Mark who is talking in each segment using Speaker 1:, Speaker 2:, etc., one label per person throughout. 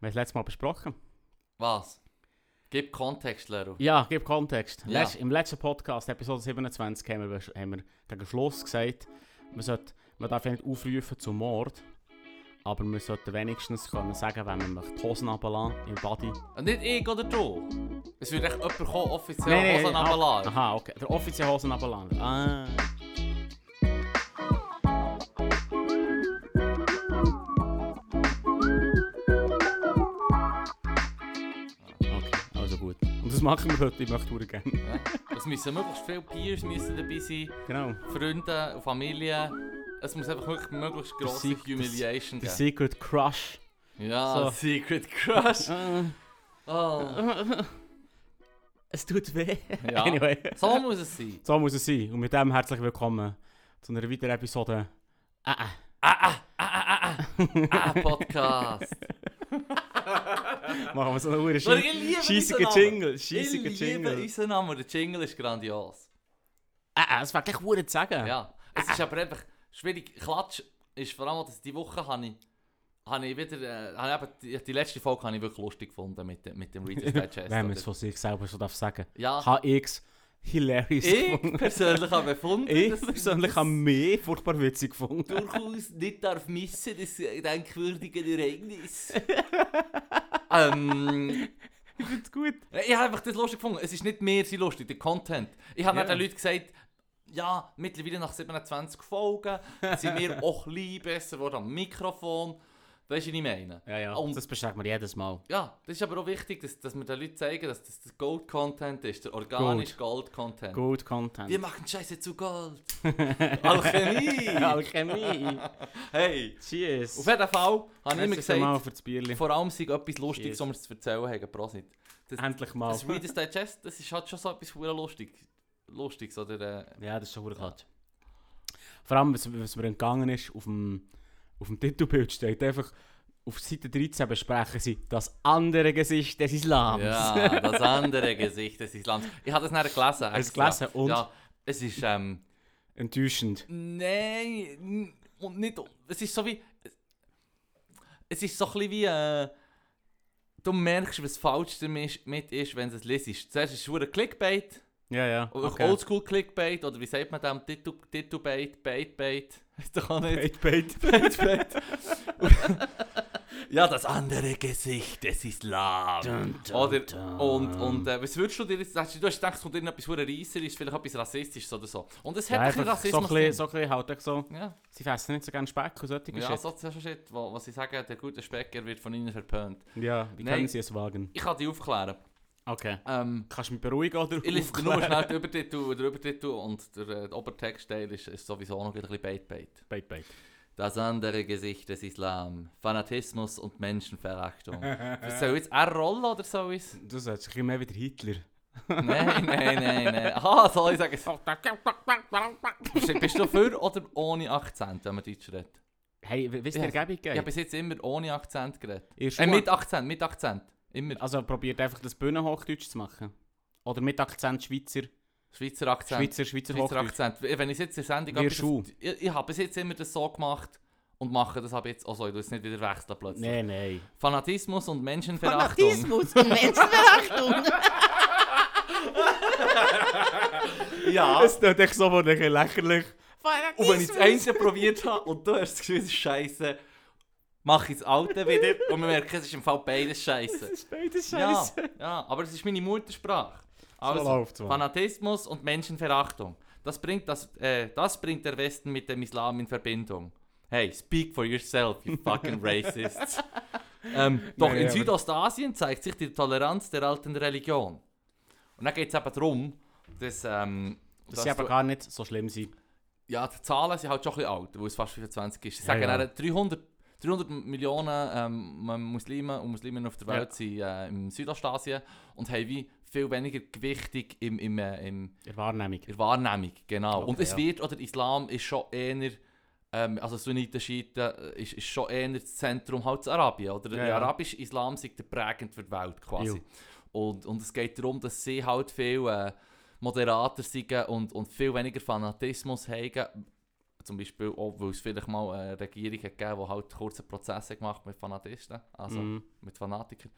Speaker 1: Wir haben es letztes Mal besprochen.
Speaker 2: Was? Gib Kontext, Lero.
Speaker 1: Ja, gib Kontext.
Speaker 2: Ja.
Speaker 1: Letz- Im letzten Podcast, Episode 27, haben wir, besch- haben wir gegen Schluss gesagt, man, sollte, man darf ja nicht aufrufen zum Mord, aber man sollte wenigstens können sagen, wenn man möchte, die Hosen runterlassen, im Body.
Speaker 2: Und nicht ich oder du. Es wird echt jemand kommen, offiziell
Speaker 1: Nein,
Speaker 2: Hosen
Speaker 1: nein,
Speaker 2: runterlassen.
Speaker 1: Aha, okay. Der offizielle Hosen runterlassen. Ah. Okay, also gut. Und das machen wir heute, ich möchte sehr gerne.
Speaker 2: Ja. Es müssen möglichst viele Peers müssen dabei sein,
Speaker 1: Genau.
Speaker 2: Freunde und Familie. Es muss einfach wirklich möglichst grosse
Speaker 1: Sieg- das-
Speaker 2: Humiliation
Speaker 1: The
Speaker 2: geben.
Speaker 1: Secret Crush.
Speaker 2: Ja,
Speaker 1: So.
Speaker 2: Secret Crush.
Speaker 1: Eh.
Speaker 2: Oh.
Speaker 1: es tut weh.
Speaker 2: Ja.
Speaker 1: Anyway.
Speaker 2: So muss es sein.
Speaker 1: So muss es sein. Und mit dem herzlich willkommen zu einer weiteren Episode. Ah, ah.
Speaker 2: Ah, Podcast.
Speaker 1: Machen wir so eine Uhr.
Speaker 2: Schau, ich liebe
Speaker 1: Scheissiger
Speaker 2: unseren Namen.
Speaker 1: Jingle.
Speaker 2: Ich
Speaker 1: Scheissiger
Speaker 2: liebe
Speaker 1: Jingle.
Speaker 2: unseren Namen. Der Jingle ist grandios.
Speaker 1: Ah, ah, das wäre gleich Uhr zu sagen.
Speaker 2: Ja, es ist aber einfach schwierig. Klatsch ist vor allem, dass diese Woche habe ich, habe ich wieder, äh, habe ich eben, die, die letzte Folge habe ich wirklich lustig gefunden mit, dem- mit dem eh, Reader's Digest.
Speaker 1: Wenn man es
Speaker 2: oder?
Speaker 1: von sich selber so darf sagen.
Speaker 2: ja,
Speaker 1: HX. Hilarious.
Speaker 2: ich persönlich habe befunden,
Speaker 1: ich
Speaker 2: dass
Speaker 1: persönlich
Speaker 2: das
Speaker 1: habe mehr furchtbar witzig gefunden.
Speaker 2: durchaus nicht darf missen, dus, eh, das denkwürdige Ereignis. ähm,
Speaker 1: Ich finde es gut.
Speaker 2: Äh, Ich habe einfach das lustig gefunden. Es ist nicht mehr so lustig, der Content. Ich habe
Speaker 1: Ja.
Speaker 2: dann den Leuten gesagt, ja, mittlerweile nach 27 Folgen sind wir auch ein bisschen besser geworden am Mikrofon. Weißt du, was ich meine?
Speaker 1: Ja, ja.
Speaker 2: Und-
Speaker 1: das beschreibt man jedes Mal.
Speaker 2: Ja, das ist aber auch wichtig, dass, dass wir den Leuten zeigen, dass das, das Gold-Content ist, der organische Gold-Content.
Speaker 1: Good Content.
Speaker 2: Wir machen Scheiße zu Gold. Alchemie!
Speaker 1: Alchemie.
Speaker 2: hey!
Speaker 1: Cheers.
Speaker 2: Auf jeden Fall habe ich immer
Speaker 1: mal
Speaker 2: gesagt,
Speaker 1: für das Bierli.
Speaker 2: vor allem sei etwas Lustiges,
Speaker 1: Cheers.
Speaker 2: um es zu erzählen haben. Prosit.
Speaker 1: Endlich mal.
Speaker 2: Das Reader's Digest, das ist halt schon so etwas verdammt lustig. Lustiges, oder? Äh,
Speaker 1: Ja, das ist schon verdammt klatsch. Vor allem, was, was mir entgangen ist, auf dem, auf dem Titelbild steht einfach, auf Seite 13 besprechen sie das andere Gesicht des Islams.
Speaker 2: Ja, das andere Gesicht des Islams. Ich habe das nachher gelesen.
Speaker 1: Hast du
Speaker 2: extra.
Speaker 1: es gelesen? Und?
Speaker 2: Ja, es ist, ähm,
Speaker 1: Enttäuschend.
Speaker 2: nein, n- und nicht, es ist so wie, es ist so ein bisschen wie, äh, du merkst, was falsch damit mit ist, wenn du es liest. Zuerst ist es verdammt Clickbait,
Speaker 1: Ja, ja.
Speaker 2: okay. Oldschool Clickbait, oder wie sagt man dem, Titel, Titelbait, Baitbait, ist doch auch nicht.
Speaker 1: Bait, bait.
Speaker 2: ja, das andere Gesicht des Islam. Oder, und, und äh, was würdest du dir jetzt, hast du du hast gedacht, es kommt irgendetwas verdammt Reisserisches, vielleicht etwas Rassistisches oder so. Und es
Speaker 1: ja,
Speaker 2: hat ein bisschen
Speaker 1: einfach so ein
Speaker 2: Rassismus
Speaker 1: bisschen,
Speaker 2: drin.
Speaker 1: so ein bisschen halt echt so,
Speaker 2: Ja,
Speaker 1: sie fressen nicht so gerne Speck und solche
Speaker 2: ja
Speaker 1: Geschichten.
Speaker 2: so das ist shit, wo- was sie sagen, der gute Speck, er wird von ihnen verpönt.
Speaker 1: Ja, wie
Speaker 2: Nein.
Speaker 1: können sie es wagen?
Speaker 2: Ich kann dich aufklären.
Speaker 1: Okay.
Speaker 2: Ähm,
Speaker 1: Kannst du mich beruhigen oder
Speaker 2: ich lese nur
Speaker 1: aufklären?
Speaker 2: schnell den Übertitel, den Übertitel und der, äh, der Obertextteil ist, ist sowieso noch ein bisschen Bait-Bait.
Speaker 1: Bait, bait.
Speaker 2: Das andere Gesicht des Islam. Fanatismus und Menschenverachtung. soll jetzt eine Rolle oder so ist?
Speaker 1: Du sagst ein bisschen mehr wie der Hitler.
Speaker 2: Nein, nein, nein, nein. Aha, soll ich sagen? Bist du für oder ohne Akzent, wenn man Deutsch redet?
Speaker 1: Hey, wisst
Speaker 2: Ja.
Speaker 1: ihr, Ergebung
Speaker 2: Ich habe
Speaker 1: geht?
Speaker 2: bis jetzt immer ohne Akzent geredet.
Speaker 1: Ihr
Speaker 2: Äh,
Speaker 1: Schwur-
Speaker 2: mit Akzent, mit Akzent. Immer.
Speaker 1: Also probiert einfach das Bühnenhochdeutsch zu machen. Oder mit Akzent Schweizer,
Speaker 2: Schweizer Akzent.
Speaker 1: Schweizer, Schweizer
Speaker 2: Schweizer
Speaker 1: Hochdeutsch.
Speaker 2: Akzent. Wenn ich jetzt in der Sendung
Speaker 1: Wir
Speaker 2: etwas-
Speaker 1: Schuh.
Speaker 2: ich, ich habe bis jetzt immer das so gemacht und mache das ab jetzt auch so. Ich tu es nicht wieder wechseln plötzlich.
Speaker 1: Nein, nein.
Speaker 2: Fanatismus und Menschenverachtung.
Speaker 3: Fanatismus und Menschenverachtung.
Speaker 2: Ja.
Speaker 1: Es tut echt so von ein bisschen lächerlich.
Speaker 2: Und wenn ich das
Speaker 3: Fanatismus.
Speaker 2: Einzige probiert habe und du hast das Gefühl, es ist scheiße, mache ich das Alte wieder und wir merken, es ist im Fall beides scheiße.
Speaker 1: ist beides
Speaker 2: Ja, ja, aber es ist meine Muttersprache. Also,
Speaker 1: läuft's, Mann.
Speaker 2: Fanatismus und Menschenverachtung. Das bringt, das, äh, das bringt der Westen mit dem Islam in Verbindung. Hey, speak for yourself, you fucking racists. ähm, doch
Speaker 1: Nein,
Speaker 2: in
Speaker 1: aber-
Speaker 2: Südostasien zeigt sich die Toleranz der alten Religion. Und dann geht es eben darum, dass, ähm,
Speaker 1: Dass sie
Speaker 2: du-
Speaker 1: aber gar nicht so schlimm sind.
Speaker 2: ja, die Zahlen sind halt schon ein bisschen alt, weil es fast 25 ist. Sie
Speaker 1: Ja,
Speaker 2: sagen,
Speaker 1: ja.
Speaker 2: dann, 300, 300 Millionen ähm, Muslime und Musliminnen auf der
Speaker 1: Ja.
Speaker 2: Welt sind äh, in Südostasien und haben wie viel weniger gewichtig im, im, äh, im,
Speaker 1: In der Wahrnehmung.
Speaker 2: in der Wahrnehmung. Genau.
Speaker 1: Okay,
Speaker 2: und es
Speaker 1: ja.
Speaker 2: wird, oder Islam ist schon eher, ähm, also Sunniten, Schiiten, äh, ist, ist schon eher das Zentrum halt zu Arabien. Oder
Speaker 1: Ja,
Speaker 2: der
Speaker 1: ja.
Speaker 2: arabische Islam ist der prägend für die Welt
Speaker 1: Jo.
Speaker 2: quasi. Und, und es geht darum, dass sie halt viel äh, moderater sind und, und viel weniger Fanatismus haben zum Beispiel auch, weil es vielleicht mal eine Regierung hat gegeben die halt kurze Prozesse gemacht mit Fanatisten, also
Speaker 1: Mhm.
Speaker 2: mit Fanatikern.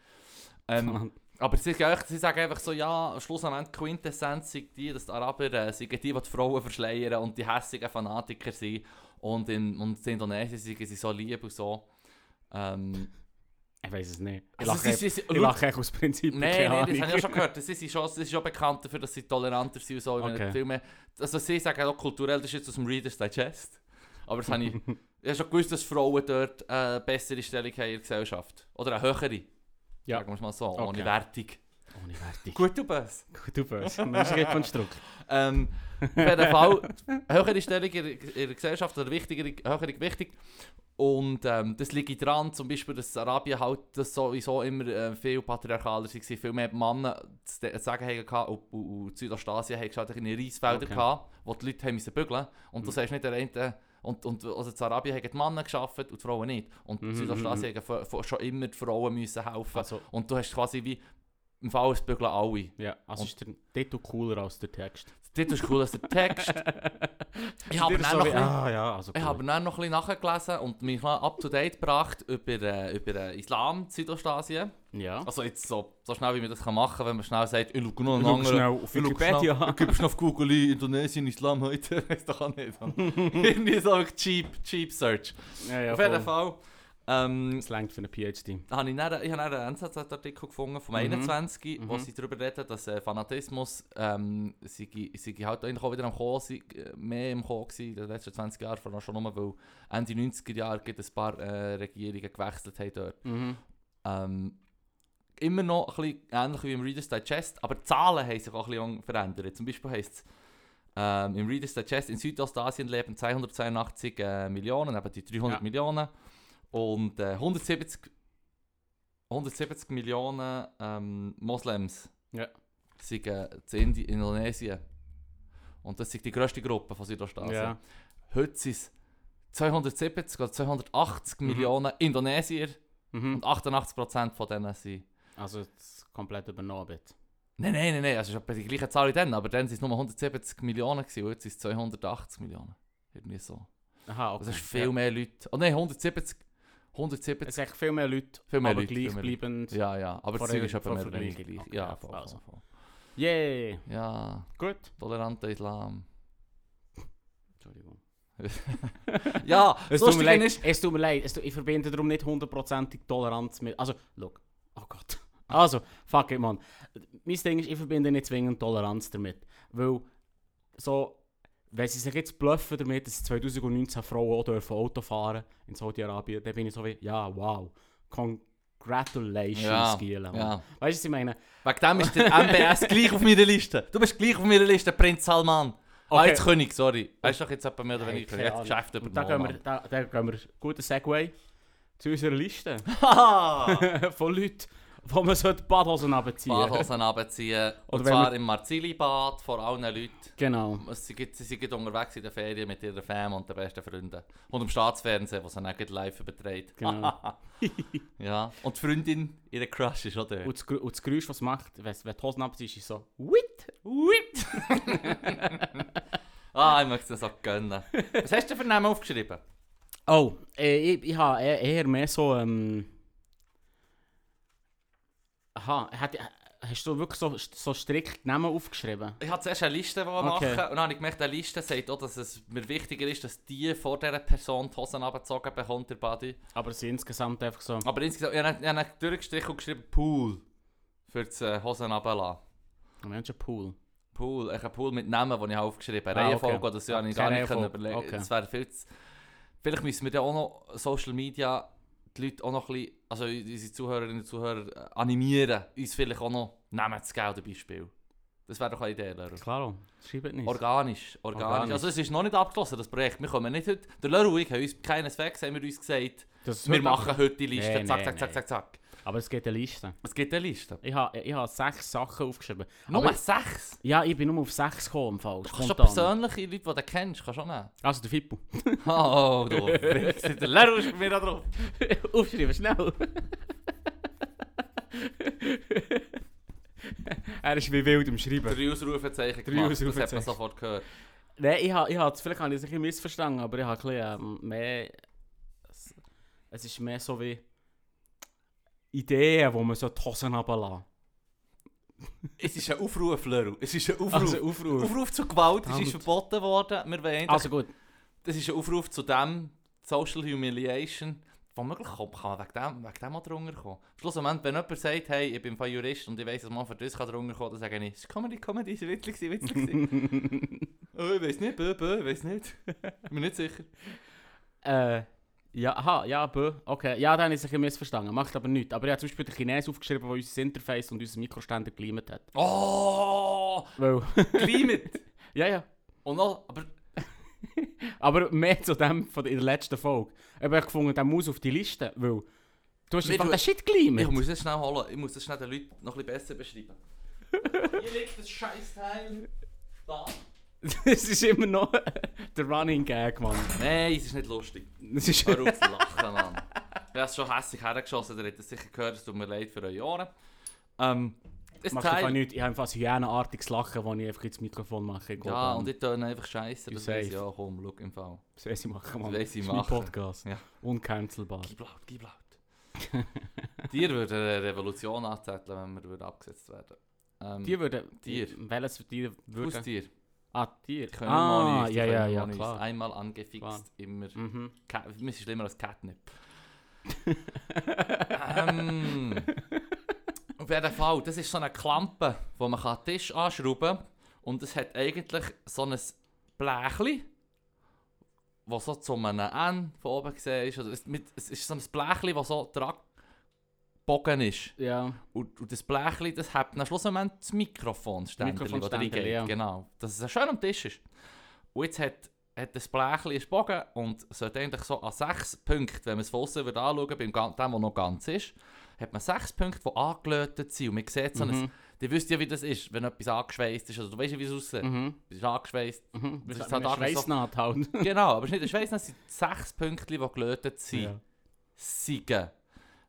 Speaker 2: Ähm, aber sie, sagen- sie sagen einfach so, ja, schlussendlich Quintessenz sind die, dass die Araber äh, sind die, die die Frauen verschleiern und die hässigen Fanatiker sind. Und in, und in Indonesien sind sie so lieb und so. Ähm,
Speaker 1: ich weiß es nicht. Ich
Speaker 2: also
Speaker 1: lache
Speaker 2: sie-
Speaker 1: einfach-
Speaker 2: sie- sie-
Speaker 1: ich lache echt aus Prinzip.
Speaker 2: Nein,
Speaker 1: keine
Speaker 2: nein, das
Speaker 1: Ahnung.
Speaker 2: habe ich ja schon gehört. Sie sind schon, sie sind schon bekannt dafür, dass sie toleranter sind und so. Ich meine,
Speaker 1: Okay.
Speaker 2: viel mehr- also sie sagen auch kulturell, das ist jetzt aus dem Reader's Digest. Aber das habe ich, ich habe schon gewusst, dass Frauen dort eine bessere Stellung haben in der Gesellschaft. Oder eine höhere,
Speaker 1: Ja.
Speaker 2: sagen wir es mal so,
Speaker 1: Okay.
Speaker 2: ohne Wertung.
Speaker 1: Ohne Wertung.
Speaker 2: Gut, du bist.
Speaker 1: Gut, du bist. Das ist ein Konstrukt.
Speaker 2: Ähm, auf jeden Fall, höhere Stellung in, der- in der Gesellschaft oder wichtigere, höhere wichtig. Und ähm, das liegt daran, zum Beispiel, dass Arabien halt das sowieso immer äh, viel patriarchaler war, viel mehr Männer zu de- zu sagen hatten und, und, und Südostasien hatte halt in Reisfelder,
Speaker 1: Okay.
Speaker 2: gehabt, wo die Leute haben müssen bügeln Und das
Speaker 1: Mhm.
Speaker 2: heißt nicht der eine, und, und also in Arabien haben die Männer geschafft und die Frauen nicht. Und
Speaker 1: Mhm,
Speaker 2: in Südostasien haben vo- vo- schon immer die Frauen müssen helfen.
Speaker 1: Also,
Speaker 2: Und du hast quasi wie im Fall es bügeln alle.
Speaker 1: ja, also
Speaker 2: Und-
Speaker 1: ist der Titel cooler als der Text.
Speaker 2: Das ist cool, dass der Text. ich habe
Speaker 1: Ist
Speaker 2: dann
Speaker 1: so
Speaker 2: noch
Speaker 1: wie-
Speaker 2: ein bisschen-
Speaker 1: Ah, ja, also
Speaker 2: ich
Speaker 1: cool.
Speaker 2: habe dann noch ein bisschen nachgelesen und mich noch up to date gebracht über, äh, über äh, Islam in Südostasien.
Speaker 1: Ja.
Speaker 2: Also jetzt so, so schnell wie man das kann machen kann, wenn man schnell sagt, ich schaue noch einen
Speaker 1: Schau
Speaker 2: anderen.
Speaker 1: schnell auf
Speaker 2: ich schaue schnell-
Speaker 1: Wikipedia.
Speaker 2: Ich gebe schnell auf Google ein, Indonesien, Islam heute, weiss doch auch nicht. Irgendwie so cheap, cheap search.
Speaker 1: Ja, ja,
Speaker 2: auf jeden
Speaker 1: voll.
Speaker 2: Fall. Ähm,
Speaker 1: Es reicht für einen PhD.
Speaker 2: habe ich, dann, ich habe dann einen NZZ-Artikel gefunden vom
Speaker 1: Mhm.
Speaker 2: 21, wo
Speaker 1: Mhm.
Speaker 2: sie darüber reden, dass äh, Fanatismus, ähm, sie, sie halt eigentlich auch wieder am Kommen, sei, äh, mehr im Kommen gewesen in den letzten 20 Jahren, vor allem schon nur, weil Ende 90er Jahre gibt es ein paar äh, Regierungen gewechselt haben dort.
Speaker 1: Mhm.
Speaker 2: Ähm, immer noch ein bisschen ähnlich wie im Reader's Digest, aber die Zahlen haben sich auch ein bisschen verändert. Zum Beispiel heisst es, ähm, im Reader's Digest in Südostasien leben 282 äh, Millionen, eben die 300
Speaker 1: Ja.
Speaker 2: Millionen. Und äh, 170, 170 Millionen ähm, Moslems
Speaker 1: Ja.
Speaker 2: sind äh, in Indi- Indonesien. Und das ist die grösste Gruppe von Südostasien.
Speaker 1: Ja.
Speaker 2: Heute sind es 270 oder 280
Speaker 1: Mhm.
Speaker 2: Millionen Indonesier.
Speaker 1: Mhm.
Speaker 2: Und 88% von denen sind.
Speaker 1: Also, jetzt komplett übernommen. bitte.
Speaker 2: Nein, nein, nein, nein. Also, es ist etwa die gleiche Zahl wie dann, aber dann waren es nur 170 Millionen gewesen, und jetzt sind es 280 Millionen. Irgendwie so.
Speaker 1: Aha, okay.
Speaker 2: Das ist viel
Speaker 1: ja.
Speaker 2: mehr Leute. Oh nein, 170. 170.
Speaker 1: Es sind echt viel mehr Leute,
Speaker 2: Viel mehr
Speaker 1: aber
Speaker 2: Leute, viel mehr Leute.
Speaker 1: gleichbleibend.
Speaker 2: Ja, ja. Aber
Speaker 1: Vor
Speaker 2: das Zeug
Speaker 1: allem
Speaker 2: ist etwa
Speaker 1: vom
Speaker 2: mehr oder weniger
Speaker 1: Vergleich.
Speaker 2: gleich.
Speaker 1: Okay,
Speaker 2: ja,
Speaker 1: ja,
Speaker 2: voll,
Speaker 1: also.
Speaker 2: voll, voll.
Speaker 1: Yay!
Speaker 2: Ja,
Speaker 1: Gut.
Speaker 2: toleranter Islam.
Speaker 1: Entschuldigung.
Speaker 2: Ja,
Speaker 1: Es
Speaker 2: das
Speaker 1: tut mir
Speaker 2: Lustige
Speaker 1: leid,
Speaker 2: ist.
Speaker 1: es tut mir leid. Es tut, ich verbinde darum nicht hundertprozentig Toleranz mit. Also, look. Oh Gott. Also, fuck it, man. Mein Ding ist, ich verbinde nicht zwingend Toleranz damit. Weil, so, wenn sie sich jetzt bluffen damit, dass 2019 Frauen auch dürfen Auto fahren in Saudi-Arabien, dann bin ich so wie, ja, wow. Congratulations,
Speaker 2: Ja,
Speaker 1: Giela. Mann.
Speaker 2: Ja.
Speaker 1: Weißt du, was ich meine?
Speaker 2: Wegen dem ist der MBS gleich auf meiner Liste. Du bist gleich auf meiner Liste, Prinz Salman. Ah,
Speaker 1: Okay.
Speaker 2: jetzt König, sorry. Er ist doch jetzt etwa mehr oder
Speaker 1: Hey,
Speaker 2: weniger.
Speaker 1: keine
Speaker 2: Jetzt
Speaker 1: Ahnung.
Speaker 2: Geschäft
Speaker 1: Und da gehen, wir,
Speaker 2: übernommen.
Speaker 1: da, da gehen wir, guter Segway, zu unserer Liste
Speaker 2: Haha!
Speaker 1: von Leuten, die man sollte Badhosen runterziehen
Speaker 2: Badhosen runterziehen.
Speaker 1: Oder
Speaker 2: Und
Speaker 1: wenn
Speaker 2: zwar
Speaker 1: wir-
Speaker 2: im Marzili-Bad vor allen Leuten.
Speaker 1: Genau.
Speaker 2: Es- Sie, sind- sie sind gerade unterwegs in den Ferien mit ihrer Fam und den besten Freunden. Und im Staatsfernsehen, wo sie dann gerade live überträgt.
Speaker 1: Genau.
Speaker 2: ja. Und die Freundin, ihre Crush ist auch dort.
Speaker 1: Und das, Gru- und das Geräusch, was es macht, wenn es- wenn die Hosen abzieht, ist so «Wit!»
Speaker 2: Whip! ah, ich möchte es so gönnen. Was hast du für einen Namen aufgeschrieben?
Speaker 1: Oh, äh, ich, ich habe eher, eher mehr so... Ähm, aha, hat, hast du wirklich so, so strikt Namen aufgeschrieben?
Speaker 2: Ich hatte zuerst eine Liste, die wir
Speaker 1: Okay.
Speaker 2: machen. Und dann habe ich gemerkt, eine Liste sagt auch, dass es mir wichtiger ist, dass die vor dieser Person die Hosen abgezogen bekommt, der Buddy.
Speaker 1: Aber sie insgesamt einfach so...
Speaker 2: Aber insgesamt, ich habe, ich habe durchgestrichen und geschrieben Pool. Für das äh, Hosen runterlassen.
Speaker 1: Menschen Pool.
Speaker 2: Pool, ich habe Pool mit Namen, den ich habe aufgeschrieben habe.
Speaker 1: Ah,
Speaker 2: Reihenfolge,
Speaker 1: okay.
Speaker 2: das ja habe ich
Speaker 1: Keine
Speaker 2: gar nicht können
Speaker 1: Reihenfolge,
Speaker 2: überlegen
Speaker 1: okay.
Speaker 2: Das wäre viel zu... Vielleicht müssen wir dann auch noch Social Media die Leute auch noch ein bisschen, also unsere Zuhörerinnen und Zuhörer äh, animieren, uns vielleicht auch noch Namen zu geben, oder Beispiel. Das wäre doch eine Idee, Leru.
Speaker 1: Klaro, schreib es nicht.
Speaker 2: Organisch, organisch,
Speaker 1: Organisch.
Speaker 2: Also es ist noch nicht abgeschlossen, das Projekt. Wir kommen nicht heute... Der Leru und ich haben uns keineswegs haben wir uns gesagt,
Speaker 1: Das-
Speaker 2: wir machen heute die Liste,
Speaker 1: Nee,
Speaker 2: zack,
Speaker 1: nee,
Speaker 2: zack, zack,
Speaker 1: nee.
Speaker 2: zack, zack.
Speaker 1: Aber es gibt eine Liste.
Speaker 2: Es gibt eine Liste.
Speaker 1: Ich habe, ich habe sechs Sachen aufgeschrieben.
Speaker 2: Nummer
Speaker 1: Aber-
Speaker 2: 6!
Speaker 1: Ja, ich bin nur auf sechs gekommen im Fall.
Speaker 2: Kannst du
Speaker 1: spontan.
Speaker 2: persönliche Leute, die du kennst, kannst du auch nehmen.
Speaker 1: Also der Fippo.
Speaker 2: Oh, du Wichser, der Lehrer ist bei mir da drauf.
Speaker 1: Aufschreiben, schnell! er ist wie wild im Schreiben.
Speaker 2: Drei Ausrufezeichen
Speaker 1: Drei
Speaker 2: gemacht, das hat man
Speaker 1: Ausrufezeichen.
Speaker 2: dus sofort gehört.
Speaker 1: Nein, ich habe, ich habe, vielleicht habe ich es ein bisschen missverstanden, aber ich habe ein bisschen ähm, mehr. Es, es ist mehr so wie. Ideen, wo man so die Hosen runterlässt.
Speaker 2: Es ist ein Aufruf, Leru. Es ist ein Aufruf.
Speaker 1: Also, Aufruf.
Speaker 2: Aufruf zu Gewalt, das ist
Speaker 1: Verdammt.
Speaker 2: verboten worden. Wir wollen
Speaker 1: Also gut,
Speaker 2: Das ist ein Aufruf zu dem Social Humiliation. Womöglich kommt- kann man wegen dem, wegen dem auch drunter kommen. Am Schluss, am Ende, wenn jemand sagt, hey, ich bin von Jurist und ich weiss, dass man für das kann drunter kommen, dann sage ich, es ist Comedy, Comedy, es war witzig, es war witzig. gewesen.» oh, ich weiss nicht, bö, bö, ich weiss nicht. Ich bin nicht sicher.
Speaker 1: Äh, ja, aha, ja, bö, okay. Ja, dann ist es ein bisschen missverstanden. Macht aber nichts. Aber ich habe zum Beispiel den Chinesen aufgeschrieben, der unser Interface und unser Mikroständer gelimt hat.
Speaker 2: Oh,
Speaker 1: Weil,
Speaker 2: Climate.
Speaker 1: ja, ja.
Speaker 2: und noch, aber
Speaker 1: Aber mehr zu dem von der in der letzten Folge. Ich habe gefunden, der muss auf die Liste, weil... Du hast
Speaker 2: Wir
Speaker 1: einfach
Speaker 2: tun-
Speaker 1: den Shit
Speaker 2: ich
Speaker 1: gelimt.
Speaker 2: muss das schnell holen, ich muss das schnell den Leuten noch ein bisschen besser beschreiben. Hier liegt das scheiß Teil. Da.
Speaker 1: Das ist immer noch der Running Gag, Mann.
Speaker 2: Nein, es ist nicht lustig.
Speaker 1: Das ist...
Speaker 2: Hör auf zu lachen, Mann. Ich habe es schon hässlich hergeschossen, ihr habt es sicher gehört, es tut mir leid für eure Ohren. Ähm, das
Speaker 1: Macht einfach
Speaker 2: Teil...
Speaker 1: nichts. Ich habe fast hyänenartiges Lachen, wenn ich einfach ins Mikrofon mache. Ich glaube,
Speaker 2: Ja,
Speaker 1: ähm,
Speaker 2: und ich töne einfach scheiße,
Speaker 1: Du
Speaker 2: das weiss ich
Speaker 1: safe.
Speaker 2: auch, komm, schau im Fall.
Speaker 1: Das weiss ich machen, Mann.
Speaker 2: Das weiss ich
Speaker 1: ist mein
Speaker 2: machen.
Speaker 1: Podcast.
Speaker 2: Ja.
Speaker 1: Uncancelbar.
Speaker 2: Gib laut, gib laut. Dir würde eine Revolution anzetteln, wenn wir würden abgesetzt werden. Ähm,
Speaker 1: Die würden...
Speaker 2: Tier.
Speaker 1: Welches für die würde...
Speaker 2: Haustier.
Speaker 1: Ah, Tier.
Speaker 2: Die können
Speaker 1: ah,
Speaker 2: mal uns, die
Speaker 1: ja,
Speaker 2: können
Speaker 1: ja,
Speaker 2: mal
Speaker 1: ja,
Speaker 2: uns.
Speaker 1: klar.
Speaker 2: Einmal angefixt,
Speaker 1: Klar.
Speaker 2: immer...
Speaker 1: Mhm.
Speaker 2: Cat, es ist schlimmer als Catnip. ähm, auf jeden Fall, das ist so eine Klampe, wo man an den Tisch anschrauben kann. Und es hat eigentlich so ein Blechli, das so zu einem N von oben gesehen ist. Also es, mit, es ist so ein Blechli, das so dran gebogen ist.
Speaker 1: Ja,
Speaker 2: Und, und das Blechli, das hat am Schluss am Ende das Mikrofon
Speaker 1: Mikrofonständchen,
Speaker 2: reingeht.
Speaker 1: ja.
Speaker 2: Genau, dass es schön am Tisch ist. Und jetzt hat, hat das Blechli einen Bogen und sollte eigentlich so an sechs Punkten, wenn man es von außen würde anschauen, beim Gan- dem, der noch ganz ist, hat man sechs Punkte, die angelötet sind. Und man sieht so ein...
Speaker 1: Mhm.
Speaker 2: Du wisst ja, wie das ist, wenn etwas angeschweißt ist. Also du weißt ja, wie es aussieht.
Speaker 1: mhm.
Speaker 2: Es ist angeschweißt.
Speaker 1: Mhm. Das
Speaker 2: Das ist
Speaker 1: ist
Speaker 2: halt
Speaker 1: halt
Speaker 2: auch so-
Speaker 1: Schweißnaht halt.
Speaker 2: genau, aber es ist nicht ein Schweiß, es sind sechs Punkte, die gelötet sind. Siegen.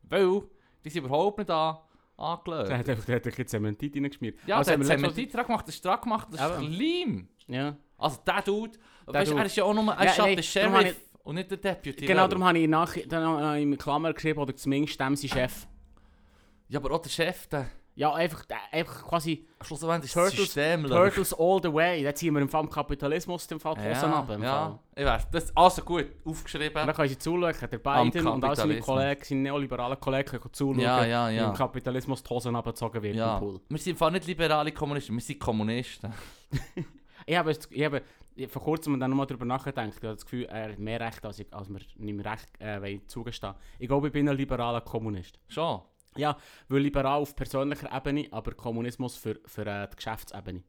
Speaker 2: Weil die sind überhaupt nicht an, angelötet.
Speaker 1: Der hat einfach der hat ein bisschen Zementit reingeschmiert.
Speaker 2: Ja,
Speaker 1: Also
Speaker 2: also der hat
Speaker 1: haben wir letztes
Speaker 2: Zementid dran gemacht, das ist dran gemacht, das ist
Speaker 1: Eben.
Speaker 2: Leim.
Speaker 1: Mal- Ja.
Speaker 2: Also der Dude, weißt, du,
Speaker 1: Dude.
Speaker 2: er ist ja auch nur, er
Speaker 1: Ja,
Speaker 2: ist ja,
Speaker 1: nein, darum
Speaker 2: der
Speaker 1: habe
Speaker 2: Sheriff und nicht der Deputy.
Speaker 1: Genau,
Speaker 2: Level.
Speaker 1: darum habe ich nach, dann habe ich in Klammer geschrieben, oder zumindest dem sein Chef.
Speaker 2: Ja, aber auch der Chef, der,
Speaker 1: Ja, einfach, der- einfach quasi
Speaker 2: am Schluss am Ende ist das
Speaker 1: Turtles-
Speaker 2: System. Level.
Speaker 1: Turtles all the way. Jetzt sind wir im Fall im Kapitalismus, im Fall die Hosen ab.
Speaker 2: ja,
Speaker 1: im
Speaker 2: ja,
Speaker 1: Fall.
Speaker 2: ich weiß. Das, also gut,
Speaker 1: Und
Speaker 2: aufgeschrieben.
Speaker 1: dann können sie zuschauen, der
Speaker 2: Am
Speaker 1: Biden und all seine
Speaker 2: Kapitalismus.
Speaker 1: Kollegen, seine neoliberalen Kollegen können zuschauen,
Speaker 2: Ja, ja, ja.
Speaker 1: wie im Kapitalismus die Hosen abgezogen wird
Speaker 2: Ja.
Speaker 1: im Pool.
Speaker 2: Wir sind im Fall nicht liberale Kommunisten, wir sind Kommunisten.
Speaker 1: Ich habe, jetzt- ich habe ich- vor kurzem dann nochmal darüber nachgedacht. Ich habe das Gefühl, er hat mehr Recht, als, ich, als wir nicht mehr Recht äh, wollen zugestehen Ich glaube, ich bin ein liberaler Kommunist.
Speaker 2: Schon.
Speaker 1: Ja, weil liberal auf persönlicher Ebene, aber Kommunismus für, für äh, die Geschäftsebene.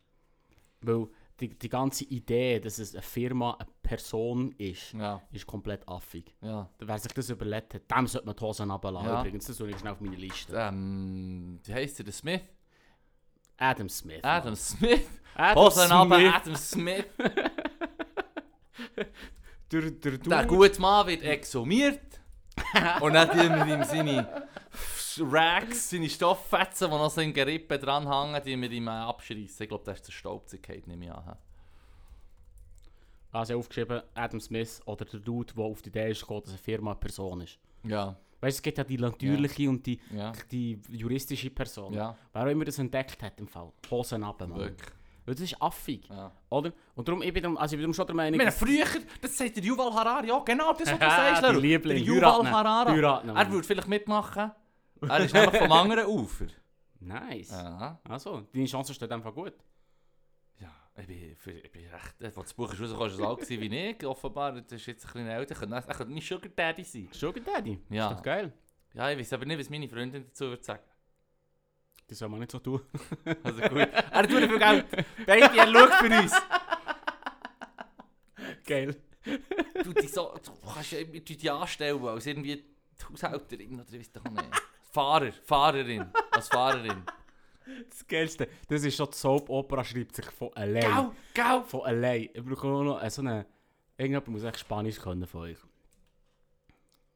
Speaker 1: Weil die, die ganze Idee, dass es eine Firma, eine Person ist,
Speaker 2: Ja,
Speaker 1: ist komplett affig.
Speaker 2: ja.
Speaker 1: Wer sich das überlegt hat, dem sollte man die Hosen runterlassen.
Speaker 2: Ja.
Speaker 1: Übrigens, das tue ich schnell auf meine Liste.
Speaker 2: Ähm, wie heisst der, der Smith?
Speaker 1: Adam Smith.
Speaker 2: Adam Smith.
Speaker 1: Adam
Speaker 2: Hosen ab,
Speaker 1: Smith.
Speaker 2: Adam Smith.
Speaker 1: Der, der,
Speaker 2: Der
Speaker 1: Dude.
Speaker 2: gute Mann wird exhumiert. und dann tun wir ihm seine Racks, seine Stofffetzen, die noch so in Gerippe dranhängen, die wir ihm äh, abschreissen. Ich glaube, das ist der Staubzigkeit, nehme ich an.
Speaker 1: Also aufgeschrieben, Adam Smith oder der Dude, der auf die Idee ist gekommen, dass eine Firma eine Person ist.
Speaker 2: Ja,
Speaker 1: Weißt du, es gibt ja die natürliche und die,
Speaker 2: ja,
Speaker 1: die juristische Person.
Speaker 2: ja,
Speaker 1: Wer auch immer das entdeckt hat im Fall. Hosen ab, Mann. Weil
Speaker 2: wirklich.
Speaker 1: das ist affig,
Speaker 2: Ja.
Speaker 1: oder? Und darum, ich bin, darum- also ich bin darum schon der Meinung,
Speaker 2: Ich meine,
Speaker 1: dass-
Speaker 2: früher, das sagt der Yuval Harari, Nou, ja, genau das, was du
Speaker 1: Ah,
Speaker 2: sagst,
Speaker 1: der
Speaker 2: Leru.
Speaker 1: Liebling,
Speaker 2: Der Yuval
Speaker 1: heiraten.
Speaker 2: Harari.
Speaker 1: Heiraten,
Speaker 2: Er
Speaker 1: Mann.
Speaker 2: würde vielleicht mitmachen. Er ist nämlich vom anderen Ufer.
Speaker 1: Nice.
Speaker 2: Ja.
Speaker 1: Also, deine Chance steht einfach gut.
Speaker 2: Ja, ich bin, für- ich bin recht. Als das Buch ist rausgekommen, war es so alt gewesen wie ich. Offenbar, das ist jetzt ein bisschen älter. Er könnte- Er könnte mein Sugar Daddy sein.
Speaker 1: Sugar Daddy.
Speaker 2: Ja.
Speaker 1: Ist doch geil.
Speaker 2: Ja, ich weiß aber nicht, was meine Freundin dazu würde sagen.
Speaker 1: Das soll man nicht so tun.
Speaker 2: Also gut. Er tut dafür Geld. Baby, er schaut für uns.
Speaker 1: Geil.
Speaker 2: Du, die so, du kannst ja irgendwie die anstellen als irgendwie die Haushälterin oder weiss doch nicht. Fahrer, Fahrerin. Als Fahrerin.
Speaker 1: Das Geilste. Das ist schon die Soap-Opera, schreibt sich von allein.
Speaker 2: Gau, gau.
Speaker 1: Von allein. Ich brauche nur noch äh, so eine... Irgendjemand muss echt Spanisch können von euch.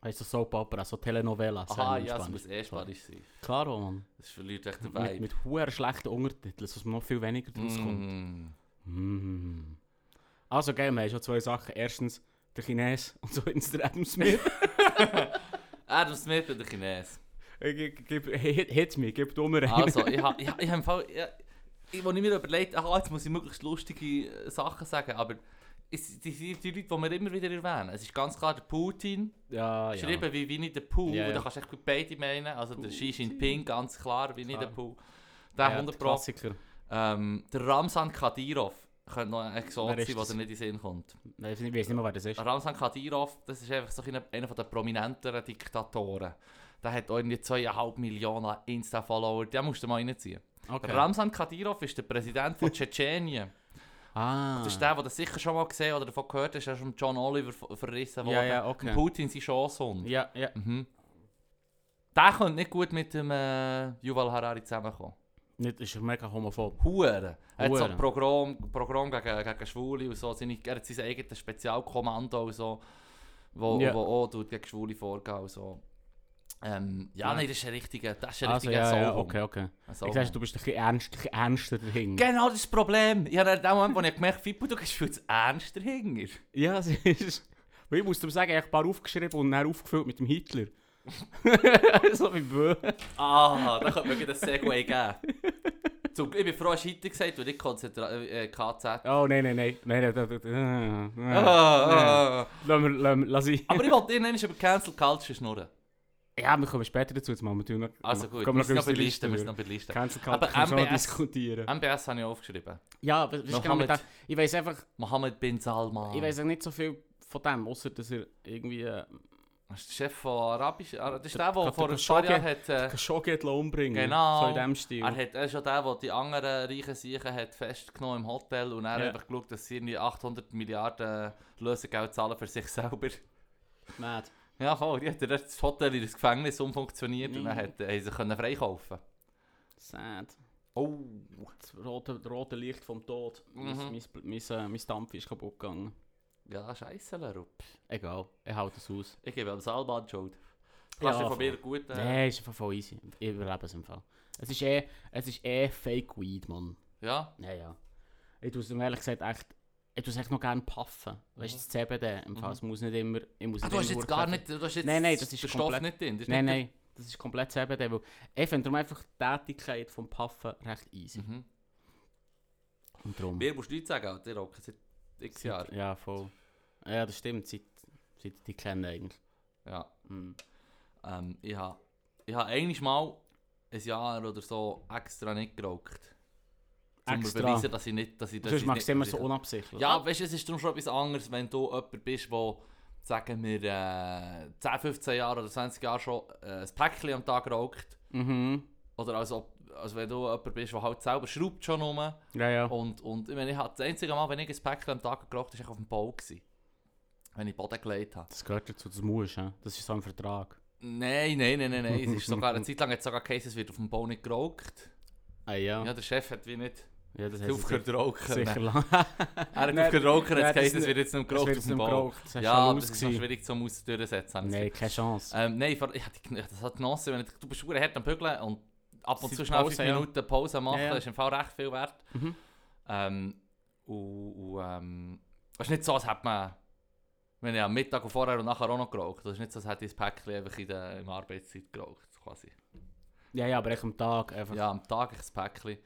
Speaker 1: Weißt du, Soap-Opera, so Telenovelas.
Speaker 2: Aha,
Speaker 1: sagen wir in
Speaker 2: ja, es
Speaker 1: Spanisch.
Speaker 2: muss eh spanisch sein.
Speaker 1: Klaro, Mann.
Speaker 2: Das verliert echt den
Speaker 1: Mit,
Speaker 2: Vibe.
Speaker 1: mit hoher schlechten Untertiteln, sonst noch viel weniger draus kommt.
Speaker 2: Mm.
Speaker 1: Mm. Also, geil, wir haben schon zwei Sachen. Erstens der Chines und zweitens der Adam Smith.
Speaker 2: Adam Smith und der Chines.
Speaker 1: Äh, gib- gib- hit, hit me, gib du mir einen.
Speaker 2: Also, ich habe ich, ha- ich hab im Fall. Ich, ich, wo ich mir überlegt ach, jetzt muss ich möglichst lustige äh, Sachen sagen, aber es, die, die, die Leute, die wir immer wieder erwähnen, es ist ganz klar der Putin,
Speaker 1: ja, ja.
Speaker 2: geschrieben wie Winnie the Pooh,
Speaker 1: Ja, ja.
Speaker 2: und da kannst du echt gut beide meinen, also der Xi Jinping, ganz klar, Winnie the
Speaker 1: Klar.
Speaker 2: Pooh, der
Speaker 1: Ja,
Speaker 2: 100 Pro.
Speaker 1: Klassiker.
Speaker 2: Ähm, der Ramsan Kadyrov könnte noch ein Exot
Speaker 1: Wer ist
Speaker 2: sein, was
Speaker 1: das?
Speaker 2: er nicht in den Sinn kommt.
Speaker 1: Nein, Ich weiß nicht mehr, wer das ist.
Speaker 2: Ramsan Kadyrov, das ist einfach so einer, einer der prominenteren Diktatoren. Der hat auch irgendwie 2,5 Millionen Insta-Follower, den musst du mal reinziehen.
Speaker 1: Okay.
Speaker 2: Ramsan Kadyrov ist der Präsident von Tschetschenien.
Speaker 1: Ah.
Speaker 2: Das ist der, den du sicher schon mal gesehen oder davon gehört hast, er ist von John Oliver ver- verrissen worden.
Speaker 1: Ja, ja, okay.
Speaker 2: Und Putin sein Chancehund.
Speaker 1: Ja, ja.
Speaker 2: Mhm. Der könnte nicht gut mit dem äh,
Speaker 1: eh,
Speaker 2: Yuval Harari zusammenkommen.
Speaker 1: Nicht, ist mega homophob.
Speaker 2: Huren. Er hat so
Speaker 1: Huren.
Speaker 2: ein Programm, Programm gegen, gegen Schwule und so. Seine, er hat sein eigenes Spezialkommando und so, wo,
Speaker 1: Ja.
Speaker 2: wo auch tut gegen Schwule vorgehen und so. Ähm, ja,
Speaker 1: Ja.
Speaker 2: nein, das ist ein richtiger, das ist ein
Speaker 1: Also,
Speaker 2: richtiger
Speaker 1: Ah, ja, ja,
Speaker 2: Sauhund.
Speaker 1: okay, okay.
Speaker 2: Ein
Speaker 1: Ich
Speaker 2: Sauhund.
Speaker 1: dachte, du bist ein bisschen, ernst, ein bisschen ernster dahinter.
Speaker 2: Genau das ist das Problem. Ich habe in dem Moment, wo ich gemerkt habe, Fippo, du gehst viel zu ernst dahinter.
Speaker 1: Ja, es ist. Weil ich muss dir sagen, ich habe ein paar aufgeschrieben und dann aufgefüllt mit dem Hitler. so wie Bö.
Speaker 2: Ah, da könnte man gleich ein Segway geben. Zum, ich bin froh, hast du heute gesagt, weil ich konzentriere äh, KZ.
Speaker 1: Oh, nein, nein, nein. Nein, nein, nein, nein, nein.
Speaker 2: Ah, ah.
Speaker 1: Lass mir- lass mir- lass ich.
Speaker 2: Aber ich wollte dir über Cancel Culture schnurren.
Speaker 1: Ja, wir kommen später dazu. Jetzt machen wir noch.
Speaker 2: Also gut, wir
Speaker 1: kommen
Speaker 2: müssen noch
Speaker 1: unsere
Speaker 2: belisten. müssen
Speaker 1: durch.
Speaker 2: noch belisten.
Speaker 1: Cancel
Speaker 2: Aber
Speaker 1: Culture können wir noch
Speaker 2: MBS
Speaker 1: diskutieren.
Speaker 2: MBS habe ich aufgeschrieben.
Speaker 1: Ah, Ja, was ist
Speaker 2: Noch
Speaker 1: genau mit
Speaker 2: Hamlet.
Speaker 1: dem? Ich weiß einfach,
Speaker 2: Mohammed bin Salman.
Speaker 1: ich weiß nicht so viel von dem, außer dass er irgendwie äh,
Speaker 2: Das ist der Chef von Arabisch. Ah, Das ist der,
Speaker 1: Der-
Speaker 2: der
Speaker 1: der
Speaker 2: vor ein paar
Speaker 1: Khashoggi.
Speaker 2: Jahren hat... Äh,
Speaker 1: Khashoggi hat umbringen
Speaker 2: Genau.
Speaker 1: So in dem Stil.
Speaker 2: er, hat, er ist ja der, der die anderen reichen Siechen hat festgenommen im Hotel und er
Speaker 1: Ja.
Speaker 2: hat einfach geschaut, dass sie irgendwie 800 Milliarden Lösegeld zahlen für sich selber.
Speaker 1: Mad.
Speaker 2: Ja, voll. Die hat dann das Hotel in das Gefängnis umfunktioniert und dann hat, äh, haben sie können freikaufen.
Speaker 1: Sad.
Speaker 2: Oh.
Speaker 1: Das rote, das rote Licht vom Tod. Mein, mein, mein, äh, mein Dampf ist kaputt gegangen.
Speaker 2: Ja, scheisse, Lerup.
Speaker 1: Egal, ich halte es aus.
Speaker 2: Ich gebe dem Salman die Schuld. Kannst du
Speaker 1: Ja,
Speaker 2: von mir gut... Äh,
Speaker 1: Nein, ist einfach voll easy. Ich überlebe es im Fall. Es ist eh, es ist eh Fake Weed, Mann.
Speaker 2: Ja.
Speaker 1: Ja, ja. Ich tue es ihm ehrlich gesagt echt, ich tue es echt noch gerne puffen. Weißt du, das CBD im Fall, es muss nicht immer, ich muss
Speaker 2: Mhm.
Speaker 1: nicht
Speaker 2: Ah, du hast
Speaker 1: immer
Speaker 2: jetzt gar
Speaker 1: hochklettern.
Speaker 2: nicht... Du hast jetzt
Speaker 1: Nein, nein, das ist
Speaker 2: den Stoff
Speaker 1: komplett-
Speaker 2: nicht drin. das ist
Speaker 1: Nein,
Speaker 2: nicht-
Speaker 1: nein, das ist komplett CBD, weil ich finde darum einfach die Tätigkeit vom Puffen recht easy.
Speaker 2: Mhm.
Speaker 1: Und darum...
Speaker 2: Mir musst du nichts sagen, Alter. Ich rocke seit x Jahren.
Speaker 1: Ja, voll. Ja, das stimmt, seit, seit ich die kennen eigentlich.
Speaker 2: Ja.
Speaker 1: Mhm.
Speaker 2: Ähm, ich habe ich ha eigentlich mal ein Jahr oder so extra nicht gerockt. Um zu
Speaker 1: Extra.
Speaker 2: beweisen, dass ich nicht... Dass ich, dass
Speaker 1: Sonst
Speaker 2: ich
Speaker 1: machst du
Speaker 2: nicht-
Speaker 1: immer
Speaker 2: dass
Speaker 1: so
Speaker 2: ich-
Speaker 1: unabsichtlich.
Speaker 2: Ja, weißt du, es ist darum schon etwas anderes, wenn du jemand bist, wo sagen wir, äh, 10, 15 Jahre oder 20 Jahre schon äh, ein Päckchen am Tag raucht.
Speaker 1: Mhm.
Speaker 2: Oder als, ob, als eh, wenn du jemand bist, der halt selber schraubt schon rum.
Speaker 1: Ja, ja.
Speaker 2: Und, und ich meine, ich hab das einzige Mal, wenn ich ein Päckchen am Tag geraucht habe, war ich auf dem Bau. Gewesen, wenn ich Boden gelegt habe.
Speaker 1: Das gehört dazu, das musst du, hä? Das ist so ein Vertrag.
Speaker 2: Nein, nein, nein, nein, nein. Es ist sogar, eine Zeit lang hat es sogar geheißen, es wird auf dem Bau nicht geraucht.
Speaker 1: Ah ja.
Speaker 2: Ja,
Speaker 1: Ja,
Speaker 2: der Chef hat wie nicht
Speaker 1: das hat
Speaker 2: aufgehört zu rauchen.
Speaker 1: sicher
Speaker 2: Nein.
Speaker 1: lang.
Speaker 2: Er hat
Speaker 1: Nein,
Speaker 2: aufgehört zu rauchen,
Speaker 1: nein, das
Speaker 2: hat geheißen, es
Speaker 1: nicht-
Speaker 2: wird jetzt nicht mehr
Speaker 1: Das
Speaker 2: geraucht
Speaker 1: wird
Speaker 2: auf
Speaker 1: jetzt
Speaker 2: dem
Speaker 1: nicht mehr
Speaker 2: Bau.
Speaker 1: geraucht. Das hast
Speaker 2: Ja, dus
Speaker 1: ja, schon
Speaker 2: aber das ist noch
Speaker 1: ausgesehen.
Speaker 2: schwierig zum Aus- durchsetzen. habe ich
Speaker 1: Nein,
Speaker 2: das
Speaker 1: keine Chance.
Speaker 2: Gefühl. Ähm, nein, vor- ich hatte ich hatte das hat genossen, wenn ich, du bist verdammt hart am Bügeln und ab und
Speaker 1: Sie
Speaker 2: zu schnell
Speaker 1: Pause,
Speaker 2: 5
Speaker 1: ja.
Speaker 2: Minuten Pause machen,
Speaker 1: Ja, ja.
Speaker 2: ist im Fall recht viel wert.
Speaker 1: Mhm.
Speaker 2: Ähm, und, und ähm, es ist nicht so, als hätte man, wenn ich am Mittag und vorher und nachher auch noch geraucht, es ist nicht so, als hätte ich das Päckchen einfach in der in der Arbeitszeit geraucht, quasi.
Speaker 1: Ja, ja, aber echt am Tag einfach. Ja,
Speaker 2: Ja, am Tag ich das Päckchen.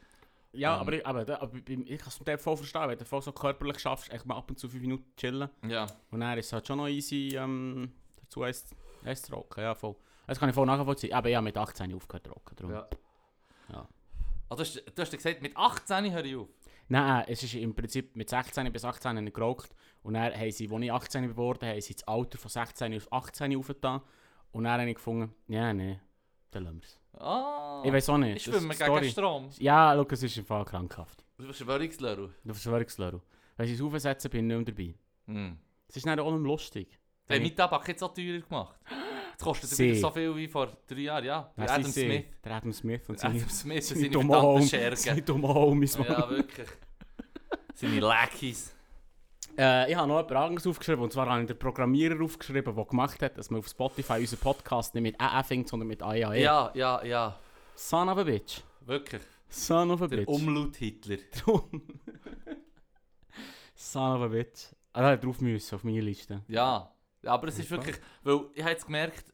Speaker 2: Ähm.
Speaker 1: aber, ich, aber, da- aber ich, ich kann es mit dem voll verstehen, wenn du voll so körperlich schaffst, echt mal ab und zu fünf Minuten chillen.
Speaker 2: Ja.
Speaker 1: Und dann ist es halt schon noch easy, ähm, dazu eins eins zu rocken. Ja, voll. Das kann ich voll nachvollziehen. Aber ich habe mit 18 aufgehört zu rocken. Darum.
Speaker 2: ja.
Speaker 1: Ja.
Speaker 2: Ah, du, hast, du hast ja gesagt, mit 18 höre ich auf.
Speaker 1: Nein, es ist im Prinzip mit 16 bis 18 habe ich geraucht. Und dann haben sie, als ich 18 geworden haben sie das Alter von 16 auf 18 aufgetan. Und dann habe ich gefunden, ja, nee, dann lassen wir es.
Speaker 2: Ah,
Speaker 1: Ich weiß auch nicht.
Speaker 2: ich
Speaker 1: das ist
Speaker 2: schwimme
Speaker 1: die
Speaker 2: gegen Strom.
Speaker 1: Ja, schau, es ist im Fall krankhaft.
Speaker 2: Du bist Verschwörungslehrer.
Speaker 1: Du verschwörst es, Wenn sie es aufsetzen, bin ich nicht mehr dabei.
Speaker 2: Hm.
Speaker 1: Es ist dann auch nicht mehr lustig.
Speaker 2: Der hat meinen Tabak jetzt auch teurer gemacht. Jetzt kostet er
Speaker 1: Sie.
Speaker 2: wieder so viel wie vor drei Jahren, ja. Der
Speaker 1: Wer
Speaker 2: Adam
Speaker 1: sind sie?
Speaker 2: Smith.
Speaker 1: Der Adam Smith und seine,
Speaker 2: Adam Smith und
Speaker 1: seine
Speaker 2: seine
Speaker 1: dummen Homies.
Speaker 2: verdammten Schergen.
Speaker 1: Seine dummen Homies, Mann.
Speaker 2: Ja, wirklich. Seine Lackies.
Speaker 1: Äh, ich habe noch etwas anderes aufgeschrieben, und zwar habe ich den Programmierer aufgeschrieben, der gemacht hat, dass man auf Spotify unseren Podcast nicht mit AA fängt, sondern mit AIAE.
Speaker 2: Ja, ja, ja.
Speaker 1: Son of a bitch.
Speaker 2: Wirklich.
Speaker 1: Son of a
Speaker 2: Der
Speaker 1: bitch.
Speaker 2: Umlaut Hitler.
Speaker 1: Son of a bitch. Ah, da hätte drauf müssen, auf meine Liste.
Speaker 2: Ja, ja aber es ist
Speaker 1: Ja,
Speaker 2: wirklich, weil ich habe jetzt gemerkt,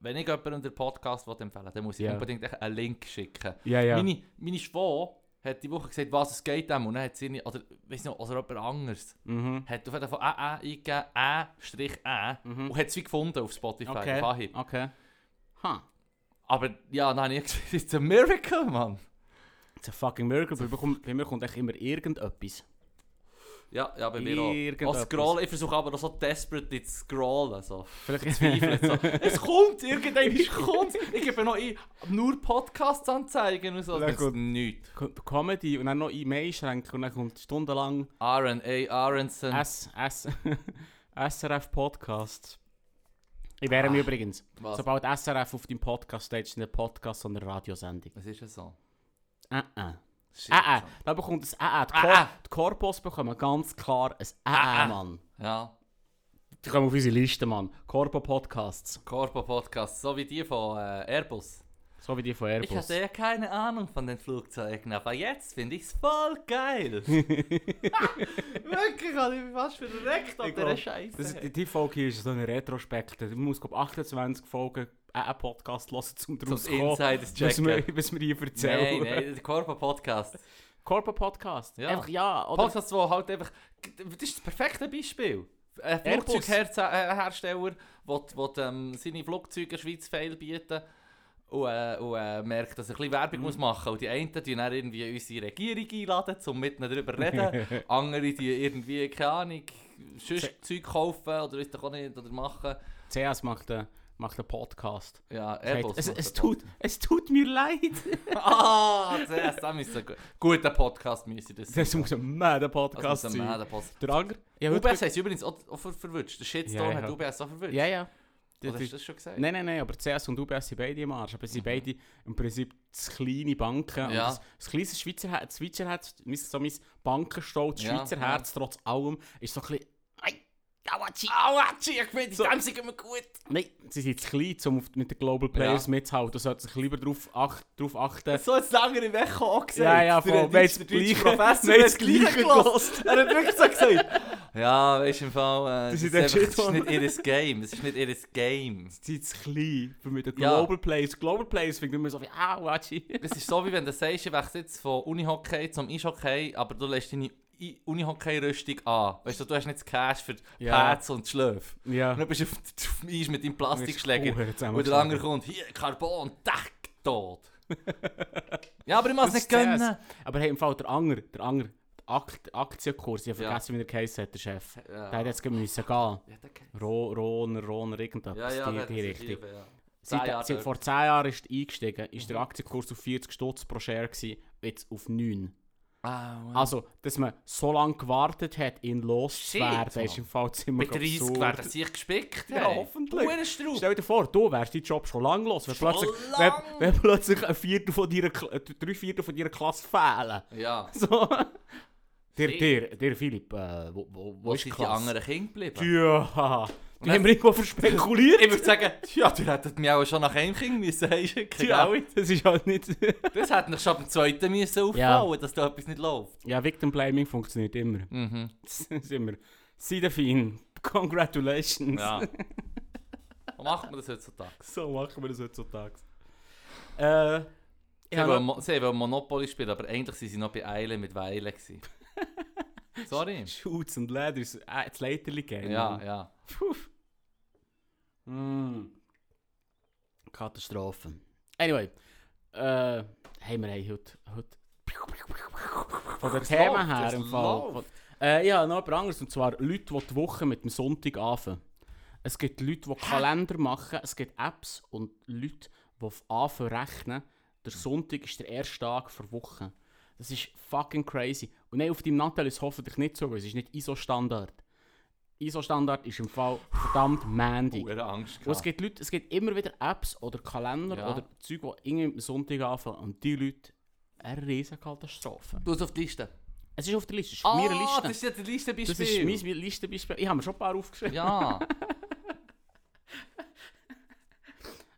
Speaker 2: wenn ich jemandem den Podcast empfehlen will, dann muss ich
Speaker 1: Ja.
Speaker 2: unbedingt einen Link schicken.
Speaker 1: Ja, ja.
Speaker 2: Meine, meine Schwau hat die Woche gesagt, was es geht dem und dann hat sie, nicht- oder weiss nicht, oder jemand anderes,
Speaker 1: Mhm.
Speaker 2: hat auf jeden Fall «äh» «äh» eingegeben, «äh» Strich «äh»
Speaker 1: Mhm.
Speaker 2: und hat es wie gefunden auf Spotify,
Speaker 1: Okay.
Speaker 2: auf Anhieb.
Speaker 1: Okay. Ha.
Speaker 2: Aber ja, dann habe ich gesagt, it's a miracle, Mann.
Speaker 1: It's a fucking miracle. Bei mir kommt, bei mir kommt echt immer irgendetwas.
Speaker 2: Ja, ja, bei mir auch. Oh,
Speaker 1: Irgendetwas.
Speaker 2: Auch scrollen, ich versuche aber noch so desperately zu scrollen, so.
Speaker 1: Vielleicht
Speaker 2: verzweifelt. So. Es kommt, irgendwann kommt Ich gebe noch ein, nur Podcasts anzeigen und so.
Speaker 1: Ja,
Speaker 2: Das
Speaker 1: gut.
Speaker 2: ist nichts.
Speaker 1: Kommt Comedy und dann noch in Mail schränken und dann kommt stundenlang
Speaker 2: R&A Aronson.
Speaker 1: S, S, SRF Podcast. Ich wäre mir übrigens.
Speaker 2: Was?
Speaker 1: Sobald SRF auf deinem Podcast steht, ist nicht Podcast, sondern eine Radiosendung.
Speaker 2: Was ist das so?
Speaker 1: Äh, äh.
Speaker 2: Shit,
Speaker 1: Äh, äh.
Speaker 2: Mann.
Speaker 1: Da bekommt es äh, äh. Die,
Speaker 2: Äh,
Speaker 1: Kor
Speaker 2: äh.
Speaker 1: die Korpos bekommen ganz klar ein
Speaker 2: Äh,
Speaker 1: äh,
Speaker 2: äh.
Speaker 1: äh, Mann.
Speaker 2: Ja,
Speaker 1: Die kommen auf unsere Liste, Mann. Korpo Podcasts.
Speaker 2: Corpo Podcast, so wie die von äh, Airbus.
Speaker 1: So wie die von
Speaker 2: Ich eh
Speaker 1: Airbus.
Speaker 2: hatte ja keine Ahnung von den Flugzeugen, aber jetzt finde ich es voll geil. Wirklich, habe ich mich fast verreckt an
Speaker 1: Ich
Speaker 2: dieser
Speaker 1: glaub,
Speaker 2: Scheiße.
Speaker 1: Das, die, die Folge hier ist so eine Retrospekt. Ich muss glaub, 28 Folgen äh, äh, Podcast hören, um
Speaker 2: Zum
Speaker 1: daraus zu kommen,
Speaker 2: Insiders
Speaker 1: was
Speaker 2: checken.
Speaker 1: wir, was wir hier
Speaker 2: Nein,
Speaker 1: erzählen.
Speaker 2: nein, der Corpo Podcast.
Speaker 1: Corpo Podcast.
Speaker 2: Ja.
Speaker 1: Einfach ja. Oder
Speaker 2: Podcast, wo halt einfach. Das ist das perfekte Beispiel. Ein äh,
Speaker 1: Airbus.
Speaker 2: Flugzeughersteller, der ähm, seine Flugzeuge in der Schweiz feilbieten und, äh, und äh, merkt, dass er ein bisschen Werbung
Speaker 1: Mhm.
Speaker 2: muss machen muss. Und die einen die dann irgendwie unsere Regierung einladen, um mit ihnen darüber zu reden. Andere, die irgendwie, keine Ahnung, sonst Zeug kaufen oder weiss doch auch nicht, oder machen.
Speaker 1: CS macht einen, macht einen Podcast.
Speaker 2: Ja,
Speaker 1: Sagt,
Speaker 2: Airbus.
Speaker 1: es,
Speaker 2: macht
Speaker 1: es,
Speaker 2: den
Speaker 1: tut, es tut mir leid.
Speaker 2: Podcast. Ah, zuerst, das müsste ein gu- guter Podcast müsste das sein.
Speaker 1: Das muss ein mad Podcast
Speaker 2: Das muss ein
Speaker 1: sein.
Speaker 2: Mad- Podcast.
Speaker 1: Der andere? Ja,
Speaker 2: UBS hat übrigens auch, auch ver verwünscht. Der Shitstorm
Speaker 1: Ja, ja.
Speaker 2: hat UBS auch verwünscht.
Speaker 1: ja, ja. Das
Speaker 2: Oder hast
Speaker 1: ist,
Speaker 2: du das schon gesagt?
Speaker 1: nein, nein, nein, aber CS und UBS sind beide im Arsch. Aber sie sind beide im Prinzip das kleine Banken.
Speaker 2: Mhm. Ja.
Speaker 1: Und das, das kleine Schweizer Herz, das Schweizer Herz, mein- so mein Bankenstolz, das
Speaker 2: Ja,
Speaker 1: Schweizer
Speaker 2: ja.
Speaker 1: Herz trotz allem, ist so ein bisschen... Ei, Auatschi.
Speaker 2: Auatschi, ich meine, die
Speaker 1: So.
Speaker 2: Dämme sind immer gut.
Speaker 1: Nein, sie sind zu klein, um auf- mit den Global Players mitzuhalten. Da sollte sich lieber darauf ach, drauf achten.
Speaker 2: So jetzt lange im Echo auch gesagt.
Speaker 1: Ja, ja,
Speaker 2: Der
Speaker 1: voll.
Speaker 2: deutsche-
Speaker 1: Wir haben das Gleiche- wir
Speaker 2: der deutsche Professor
Speaker 1: haben
Speaker 2: hat
Speaker 1: das Gleiche
Speaker 2: gelassen. Er hat wirklich so gesagt. Ja, weißt du, im Fall, äh, das,
Speaker 1: Das
Speaker 2: ist
Speaker 1: ist
Speaker 2: einfach,
Speaker 1: der
Speaker 2: das ist nicht ihr Game. Das ist nicht ihr Game.
Speaker 1: Sie sind zu klein für mit den
Speaker 2: Ja.
Speaker 1: Global Players. Global Players finden immer so wie ah, Auatschi.
Speaker 2: Das ist so, wie wenn du sagst, ich wechsle jetzt von Unihockey zum Eishockey, aber du lässt deine I- Unihockey-Rüstung an. Weißt du, du hast nicht das Cash für die
Speaker 1: Ja.
Speaker 2: Pads und die Schläfe.
Speaker 1: Ja.
Speaker 2: Und dann bist du auf, auf dem Eis mit deinem Plastikschläger.
Speaker 1: Mit Spuren
Speaker 2: Und der andere kommt, hier, Carbon, tack, tot. ja, aber ich muss
Speaker 1: Das
Speaker 2: nicht
Speaker 1: ist CS.
Speaker 2: gönnen.
Speaker 1: Aber hey, im Fall der Anger, der Anger, der, Ak der Aktienkurs, ich habe
Speaker 2: Ja.
Speaker 1: vergessen, wie der Case hat, der Chef.
Speaker 2: Ja.
Speaker 1: Der hat jetzt gehen müssen gehen.
Speaker 2: Ja, der kennt-
Speaker 1: Ro- Rohner, Rohner, irgendetwas, die, die Richtung.
Speaker 2: Liebe, ja. Zehn Jahre
Speaker 1: Seit, seit
Speaker 2: dort. Mhm.
Speaker 1: vor 10 Jahren ist er eingestiegen, ist der Aktienkurs auf 40 Stutz pro Share gewesen, jetzt auf 9.
Speaker 2: Ah, wow.
Speaker 1: Also, dass man so lange gewartet hat, ihn loszuwerden,
Speaker 2: Mann.
Speaker 1: ist im Fall ziemlich
Speaker 2: mit 30 werden sie sich gespickt.
Speaker 1: Ja, hoffentlich. Stell dir vor, du wärst deinen Job schon lange los, wenn,
Speaker 2: Schon
Speaker 1: plötzlich,
Speaker 2: lang!
Speaker 1: wenn, wenn plötzlich ein Viertel von deiner, Kla- äh, drei Viertel von deiner Klasse fehlen.
Speaker 2: Ja.
Speaker 1: So. Der,
Speaker 2: Sie-
Speaker 1: der, der Philipp, äh, wo, wo, wo
Speaker 2: Wo
Speaker 1: ist die
Speaker 2: sind die
Speaker 1: Klasse?
Speaker 2: anderen Kinder geblieben?
Speaker 1: Ja,
Speaker 2: Und
Speaker 1: die haben wir irgendwo verspekuliert.
Speaker 2: Ich würde sagen, ja, die hätten mich auch schon nach einem Kind müssen heimschicken.
Speaker 1: Ja,
Speaker 2: gell?
Speaker 1: das ist halt nicht...
Speaker 2: Das hätte mich schon beim zweiten müssen auffallen, dass da etwas nicht läuft.
Speaker 1: ja, Victim Blaming funktioniert immer.
Speaker 2: Mhm.
Speaker 1: sind wir. Sei der Fein. Congratulations.
Speaker 2: Ja. Wo macht man das heutzutage?
Speaker 1: So machen wir das heutzutage. Äh, ich
Speaker 2: Sie
Speaker 1: habe
Speaker 2: wollen,
Speaker 1: noch-
Speaker 2: Mo- sie wollen Monopoly spielen, aber eigentlich waren sie noch bei Eile mit Weile. gewesen. Sorry.
Speaker 1: Shoots and Ladders, äh, das Leiterli gegeben.
Speaker 2: ja, ja.
Speaker 1: Mm. Katastrophe. Anyway, äh, hey, wir haben heute, heute von den
Speaker 2: Was
Speaker 1: Themen
Speaker 2: läuft?
Speaker 1: her
Speaker 2: Was
Speaker 1: im Fall.
Speaker 2: läuft?
Speaker 1: Von- Äh, ja, noch etwas anderes, und zwar Leute, die die Woche mit dem Sonntag anfangen. Es gibt Leute, die Kalender machen, es gibt Apps und Leute, die auf anfangen rechnen. Der
Speaker 2: Mhm.
Speaker 1: Sonntag ist der erste Tag der Woche. Das ist fucking crazy. Und nein, auf deinem Nattel ist es hoffentlich nicht so, weil es ist nicht ISO-Standard. ISO-Standard ist im Fall verdammt mandig.
Speaker 2: Huere Angst
Speaker 1: Und es
Speaker 2: gehabt.
Speaker 1: gibt Leute, es gibt immer wieder Apps oder Kalender
Speaker 2: Ja.
Speaker 1: oder Zeug, die irgendwie am Sonntag anfangen. Und die Leute, eine riesige Katastrophe.
Speaker 2: Du hast auf die Liste.
Speaker 1: Es ist auf der Liste, es ist
Speaker 2: Oh,
Speaker 1: auf meiner Liste.
Speaker 2: Ah, das ist ja die Liste
Speaker 1: Das ist mein mein Listenbeispiel. Ich habe mir schon ein paar aufgeschrieben.
Speaker 2: Ja.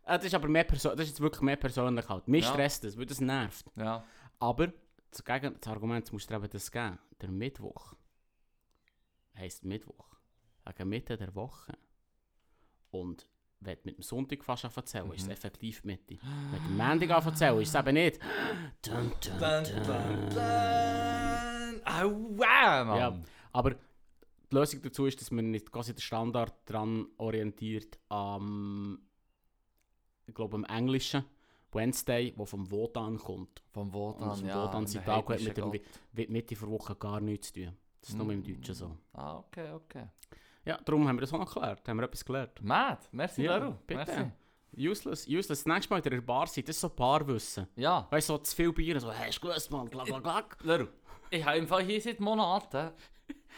Speaker 1: Äh, Das ist aber mehr Perso das ist jetzt wirklich mehr persönlich halt. Mir
Speaker 2: Ja.
Speaker 1: stresst das, weil das nervt.
Speaker 2: ja.
Speaker 1: Aber das, Gegen das Argument musst du dir eben das geben. Der Mittwoch heisst Mittwoch. Wegen Mitte der Woche. Und wenn du mit dem Sonntag fast erzählen, ist es
Speaker 2: Mhm.
Speaker 1: effektiv Mitte. Wenn du am Montag erzählen, ist es eben nicht. Dun, dun,
Speaker 2: Dun, dun, dun. Ah, Aua, Mann.
Speaker 1: Ja. Aber die Lösung dazu ist, dass man nicht quasi den Standard daran orientiert am, ich glaube, am Englischen. Wednesday, wo vom Wotan kommt.
Speaker 2: Vom Wotan,
Speaker 1: Und vom
Speaker 2: ja.
Speaker 1: Wotan
Speaker 2: der
Speaker 1: sind Tag hat
Speaker 2: heidnischen
Speaker 1: mit dem
Speaker 2: Gott.
Speaker 1: Wird Mitte der Woche gar nichts zu tun. Das ist nur im
Speaker 2: Mm.
Speaker 1: Deutschen so.
Speaker 2: Ah, okay, okay.
Speaker 1: Ja, darum haben wir das auch noch geklärt. Haben wir etwas gelernt.
Speaker 2: Mad, merci,
Speaker 1: Ja,
Speaker 2: Leru.
Speaker 1: bitte.
Speaker 2: Merci.
Speaker 1: Useless, useless. Das nächste Mal wieder in der Bar sein, das ist so Barwissen.
Speaker 2: Ja,
Speaker 1: Weißt du, so zu viel Bier, so, hast du gewusst, Mann, glack, glack, glack.
Speaker 2: Leru. Ich habe im Fall hier seit Monaten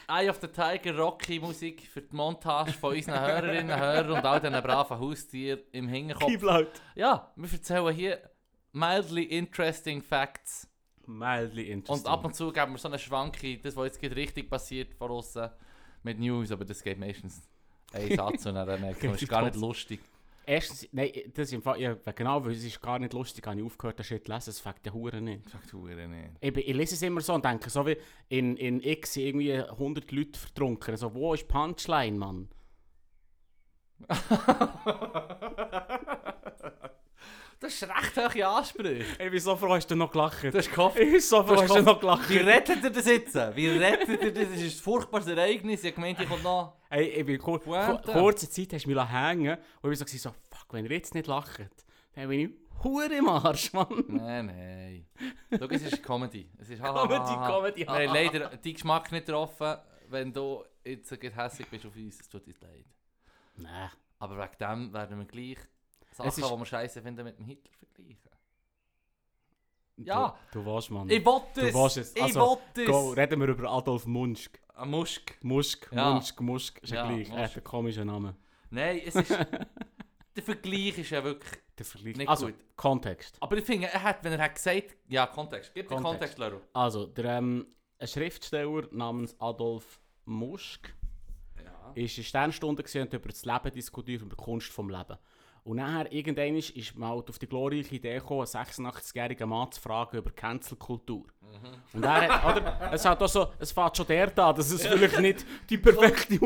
Speaker 2: Eye of the Tiger Rocky Musik für die Montage von unseren Hörerinnen, Hörern und all diesen braven Haustieren im Hinterkopf.
Speaker 1: laut.
Speaker 2: Ja, wir erzählen hier mildly interesting facts.
Speaker 1: Mildly interesting.
Speaker 2: Und ab und zu geben wir so einen Schwank in das, was jetzt gerade richtig passiert von außen mit News, aber das geht meistens einen Satz und dann äh, merkt man, es ist gar nicht lustig.
Speaker 1: Erstens, nein, das ist im Fall, ja, genau, weil es ist gar nicht lustig, habe ich aufgehört, den Shit zu lesen, es fängt ja Huren nicht. Ich, bin- ich lese es immer so und denke, so wie in, in X sind irgendwie 100 Leute vertrunken, so, wo ist die Punchline, Mann?
Speaker 2: Das ist recht hohe Ansprüche.
Speaker 1: Ich bin so froh, hast du noch gelacht.
Speaker 2: Du hast gehofft,
Speaker 1: Ich bin so
Speaker 2: froh, hast du
Speaker 1: noch gelacht.
Speaker 2: wie rettet ihr das jetzt? Wie rettet ihr das? Es ist ein furchtbares Ereignis. Ich meinte, ich komme noch.
Speaker 1: Hey, ich bin kur kur
Speaker 2: Pointe.
Speaker 1: kurze Zeit hast du mich hängen und ich war so, so, fuck, wenn ihr jetzt nicht lacht, dann bin ich Hure im Arsch, Mann.
Speaker 2: Nein, nein. Schau, es ist Comedy. Es ist
Speaker 1: Comedy, Comedy,
Speaker 2: Wir haben leider deinen Geschmack nicht getroffen, wenn du jetzt gerade hässlich bist auf uns. Es tut uns leid.
Speaker 1: Nein.
Speaker 2: Aber wegen dem werden wir gleich Sachen,
Speaker 1: ist-
Speaker 2: die wir scheiße finden, mit dem Hitler vergleichen. Ja.
Speaker 1: Du, du warst, Mann.
Speaker 2: Ich wollte
Speaker 1: Mm. Du
Speaker 2: es!
Speaker 1: willst es.
Speaker 2: ich
Speaker 1: Also,
Speaker 2: wollte es!
Speaker 1: Go, reden wir über Adolf Munschk.
Speaker 2: Ein Muschk.
Speaker 1: Musk,
Speaker 2: Ja.
Speaker 1: Munsk, Musk, ist ja,
Speaker 2: Ja,
Speaker 1: gleich.
Speaker 2: Musk.
Speaker 1: Echt ein komischer Name.
Speaker 2: Nein, es ist. der Vergleich ist ja wirklich.
Speaker 1: Der Vergleich.
Speaker 2: Nicht
Speaker 1: also,
Speaker 2: gut.
Speaker 1: Kontext.
Speaker 2: Aber ich finde, er hat, wenn er hat gesagt. Ja, Kontext. Gib den
Speaker 1: Kontext.
Speaker 2: Kontext, Leru.
Speaker 1: Also, der, ähm, ein Schriftsteller namens Adolf Musk
Speaker 2: Ja.
Speaker 1: ist in Sternstunde gewesen und hat über das Leben diskutiert, über die Kunst vom Leben. Und nachher, irgendwann ist, ist man halt auf die glorreiche Idee gekommen, einen 86-jährigen Mann zu fragen über Cancel-Kultur.
Speaker 2: Mhm.
Speaker 1: Und er hat, oder? Es hat auch so, es fängt schon der an, dass es vielleicht nicht die perfekte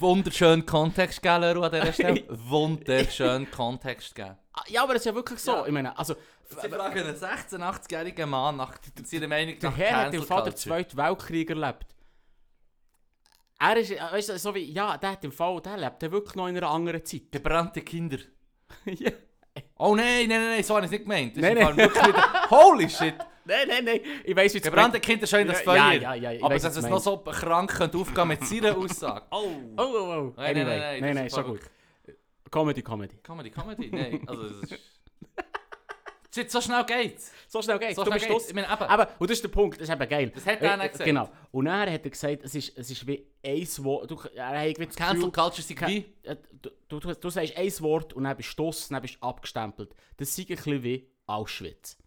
Speaker 2: Wunderschön Kontext geben, Leru, an dieser Stelle. Wunderschön Kontext geben.
Speaker 1: Ja, aber es ist ja wirklich so.
Speaker 2: Ja.
Speaker 1: Ich meine, also,
Speaker 2: Sie fragen einen 16-, 80-jährigen Mann nach seiner Meinung
Speaker 1: Der
Speaker 2: nach
Speaker 1: Herr hat im
Speaker 2: Cancel
Speaker 1: Fall den
Speaker 2: Culture.
Speaker 1: Zweiten Weltkrieg erlebt. Er ist, äh, weißt du, so wie, ja, der hat im Fall, der lebt ja wirklich noch in einer anderen Zeit.
Speaker 2: Gebrannte Kinder.
Speaker 1: ja.
Speaker 2: Oh nein, nein, nein, nein, so habe ich es nicht gemeint. Das
Speaker 1: Nein,
Speaker 2: ist im Fall wirklich der- Holy shit!
Speaker 1: Nein, nein, nein, ich weiss, wie
Speaker 2: Gebrannte Kinder schön das
Speaker 1: Ja,
Speaker 2: Feuer.
Speaker 1: ja, ja, ja, ich
Speaker 2: aber
Speaker 1: weiss,
Speaker 2: dass
Speaker 1: was
Speaker 2: es
Speaker 1: du
Speaker 2: noch so krank könnte aufgehen mit seiner Aussage. Oh!
Speaker 1: Oh, oh, oh.
Speaker 2: Nein,
Speaker 1: Anyway,
Speaker 2: nein, nein,
Speaker 1: nein,
Speaker 2: das
Speaker 1: nein,
Speaker 2: ist
Speaker 1: so
Speaker 2: voll-
Speaker 1: gut. Comedy, Comedy.
Speaker 2: Comedy, Comedy? Nein, also das ist... Shit, so schnell geht's.
Speaker 1: So schnell geht's,
Speaker 2: So
Speaker 1: du
Speaker 2: schnell
Speaker 1: bist
Speaker 2: geht's.
Speaker 1: geht's.
Speaker 2: Ich meine, eben,
Speaker 1: Aber, und das ist der Punkt, das ist eben geil.
Speaker 2: das hat er
Speaker 1: Äh,
Speaker 2: dann gesagt.
Speaker 1: Genau. Und dann hat er gesagt, es ist, es ist wie ein Wort, du, er hat irgendwie das
Speaker 2: Cancel
Speaker 1: Gefühl,
Speaker 2: Culture sind wie...
Speaker 1: äh, du, du, du, du sagst ein Wort und dann bist du draussen, dann bist du abgestempelt. Das sei ein bisschen wie Auschwitz.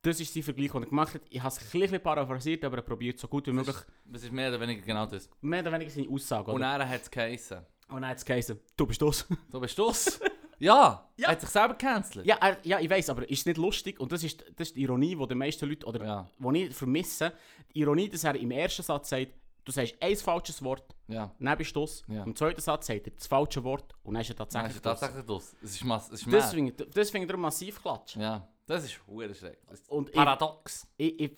Speaker 1: Das ist sein Vergleich, den er gemacht hat. Ich habe es ein bisschen paraphrasiert, aber er probiert so gut wie möglich.
Speaker 2: Das ist mehr oder weniger genau das.
Speaker 1: Mehr oder weniger seine Aussage.
Speaker 2: Und
Speaker 1: Oder?
Speaker 2: er hat es geheissen.
Speaker 1: Und dann hat es geheißen, du bist das.
Speaker 2: Du bist du's. Ja,
Speaker 1: Ja.
Speaker 2: er hat sich selber gecancelt.
Speaker 1: ja, er, ja, ich weiß, aber ist es nicht lustig? Und das ist, das ist die Ironie, die die meisten Leute, oder
Speaker 2: Ja.
Speaker 1: die ich vermisse, die Ironie, dass er im ersten Satz sagt, du sagst ein falsches Wort,
Speaker 2: Ja.
Speaker 1: dann bist du das.
Speaker 2: Ja.
Speaker 1: Im zweiten Satz sagt er das falsche Wort und dann ist er
Speaker 2: Dann
Speaker 1: tatsächlich.
Speaker 2: ist er
Speaker 1: draussen.
Speaker 2: tatsächlich du's. Es ist, mass- es ist
Speaker 1: das
Speaker 2: mad.
Speaker 1: finde ich, das finde ich darum massiv klatsch.
Speaker 2: Ja. Das ist verdammt schrecklich. Das ist
Speaker 1: Und ich-
Speaker 2: Paradox.
Speaker 1: ich, ich,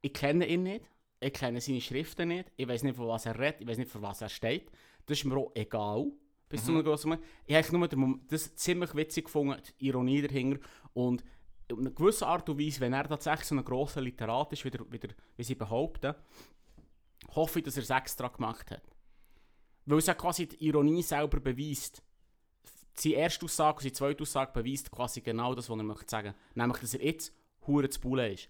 Speaker 1: ich kenne ihn nicht, ich kenne seine Schriften nicht, ich weiß nicht, von was er redet, ich weiß nicht, für was er steht. Das ist mir auch egal. Bis zu einem grossen Moment. Ich habe nur den Mom- das ziemlich witzig gefunden, die Ironie dahinter. Und in einer gewissen Art und Weise, wenn er tatsächlich so ein grosser Literat ist, wie, der, wie, der, wie sie behaupten, hoffe ich, dass er es extra gemacht hat. Weil es ja quasi die Ironie selber beweist. Seine erste Aussage und seine zweite Aussage beweist quasi genau das, was er möchte sagen. Nämlich, dass er jetzt hure zu Bullen ist.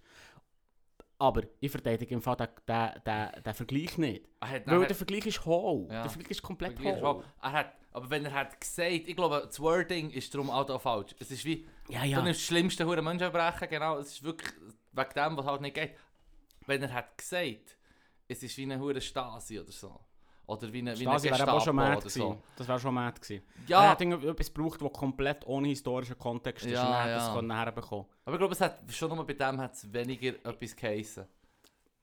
Speaker 1: Aber ich verteidige im Fall den, den, den, den Vergleich nicht.
Speaker 2: Er hat
Speaker 1: Weil
Speaker 2: nachher-
Speaker 1: der Vergleich ist hohl.
Speaker 2: Ja.
Speaker 1: Der Vergleich ist komplett
Speaker 2: Vergleich ist
Speaker 1: hohl.
Speaker 2: auch- Er hat, aber wenn er hat gesagt, ich glaube, das Wording ist darum auch da falsch. Es ist wie,
Speaker 1: Ja,
Speaker 2: du
Speaker 1: ja.
Speaker 2: nimmst das schlimmste hure Menschenverbrechen, genau, es ist wirklich wegen dem, was halt nicht geht. Wenn er hat gesagt, es ist wie eine hure Stasi oder so. Oder wie eine, wie
Speaker 1: Stasi
Speaker 2: eine
Speaker 1: wäre aber auch schon mad
Speaker 2: Gestapo oder
Speaker 1: gewesen.
Speaker 2: so.
Speaker 1: Das wäre schon mad gewesen. Er
Speaker 2: Ja,
Speaker 1: hat irgendetwas gebraucht, das komplett ohne historischen Kontext ist
Speaker 2: Ja,
Speaker 1: und er hat
Speaker 2: ja.
Speaker 1: das können herbekommen.
Speaker 2: aber ich glaube, es hat, schon nur bei dem hat es weniger etwas geheissen.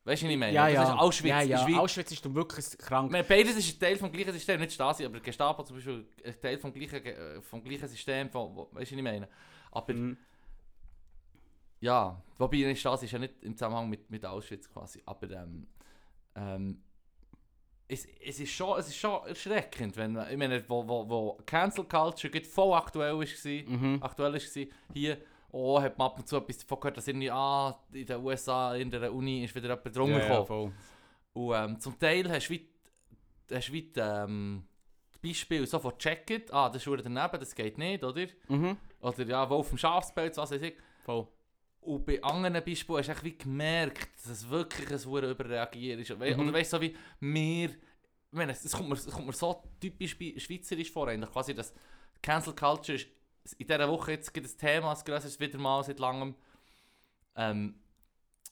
Speaker 2: Weißt du, was ich meine?
Speaker 1: Ja, ja.
Speaker 2: Das ist dus Auschwitz.
Speaker 1: Ja, ja.
Speaker 2: Schweiz.
Speaker 1: Auschwitz ist dann wirklich krank.
Speaker 2: Wir- Beides ist ein Teil vom gleichen System, nicht Stasi, aber Gestapo zum Beispiel ein Teil vom gleichen, äh, vom gleichen System, von, wo, weißt du, was ich meine? Aber
Speaker 1: Mhm.
Speaker 2: ja, wobei die Stasi ist ja nicht im Zusammenhang mit, mit Auschwitz quasi, aber ähm, ähm, es, es, ist schon, es ist schon erschreckend, wenn, man- ich meine, wo, wo, wo Cancel Culture gerade voll aktuell ist, gewesen,
Speaker 1: Mhm.
Speaker 2: aktuell ist gewesen, hier, oh, hat man ab und zu etwas davon gehört, dass irgendwie, ah, in den USA, in der Uni ist wieder jemand drunter
Speaker 1: Ja, ja,
Speaker 2: gekommen.
Speaker 1: voll.
Speaker 2: Und ähm, zum Teil hast du wie, hast du wie ähm, das Beispiel sofort gecheckt, ah, das ist verdammt daneben, das geht nicht, oder?
Speaker 1: Mhm.
Speaker 2: Oder ja, Wolf im Schafspelz, was weiß ich.
Speaker 1: Voll.
Speaker 2: Und bei anderen Beispielen hast du echt wie gemerkt, dass es wirklich ein Huren Überreagieren ist. We
Speaker 1: Mhm.
Speaker 2: Oder weißt du, so wie wir. Ich meine, es, es, kommt mir, es kommt mir so typisch bei Schweizerisch vor, eigentlich quasi, dass die Cancel Culture ist in dieser Woche jetzt gibt es ein Thema, das grösseres wieder mal seit langem. Ähm,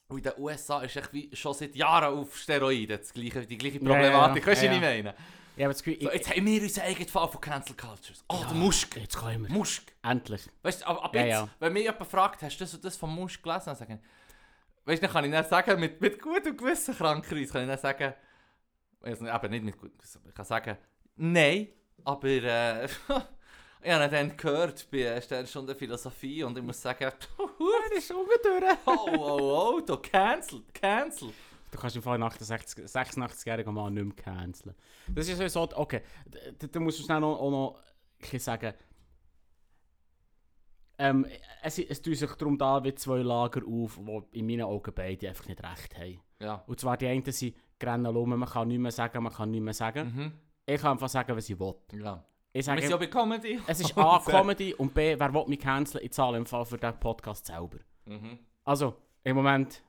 Speaker 2: und in den USA ist echt wie schon seit Jahren auf Steroiden das gleiche, die gleiche
Speaker 1: Ja, ja, ja.
Speaker 2: Problematik. Weißt du,
Speaker 1: Ja,
Speaker 2: was
Speaker 1: ja.
Speaker 2: ich meine?
Speaker 1: Ich habe das Gefühl,
Speaker 2: So,
Speaker 1: ich-
Speaker 2: jetzt haben wir unseren eigenen Fall von Cancel Cultures. Oh,
Speaker 1: Ja.
Speaker 2: der Muschke!
Speaker 1: jetzt können wir.
Speaker 2: Muschke!
Speaker 1: Endlich.
Speaker 2: Weißt du, ab, ab
Speaker 1: Ja,
Speaker 2: jetzt,
Speaker 1: ja.
Speaker 2: wenn mich jemand fragt, hast du das und das vom Musch gelesen, dann sage ich, weißt du, dann kann ich dann sagen, mit, mit gut und gewissen Krankreis, kann ich dann sagen, also, eben nicht mit gut und Gewissen, aber ich kann sagen, nein, aber äh, ich habe ihn dann gehört bei äh, Sternstunde Philosophie und ich muss sagen,
Speaker 1: Das ist ungedürre.
Speaker 2: oh, oh, oh, da cancelled, cancelled.
Speaker 1: Du kannst im Fall nach 86-jährigen Mann nicht mehr canceln. Das ist so, okay, d- d- da musst du schnell noch, auch noch ein bisschen sagen. Ähm, es, es tun sich darum da wie zwei Lager auf, die in meinen Augen beide einfach nicht recht haben.
Speaker 2: Ja.
Speaker 1: Und zwar die einen sind grennen rum, man kann nichts mehr sagen, man kann nichts mehr sagen.
Speaker 2: Mhm.
Speaker 1: Ich kann einfach sagen, was ich will.
Speaker 2: ja.
Speaker 1: Ich
Speaker 2: Wir sind ja
Speaker 1: sage,
Speaker 2: bei Comedy. äh,
Speaker 1: es ist A, Comedy und B, wer will mich canceln, ich zahle im Fall für diesen Podcast selber.
Speaker 2: Mhm.
Speaker 1: Also, im Moment,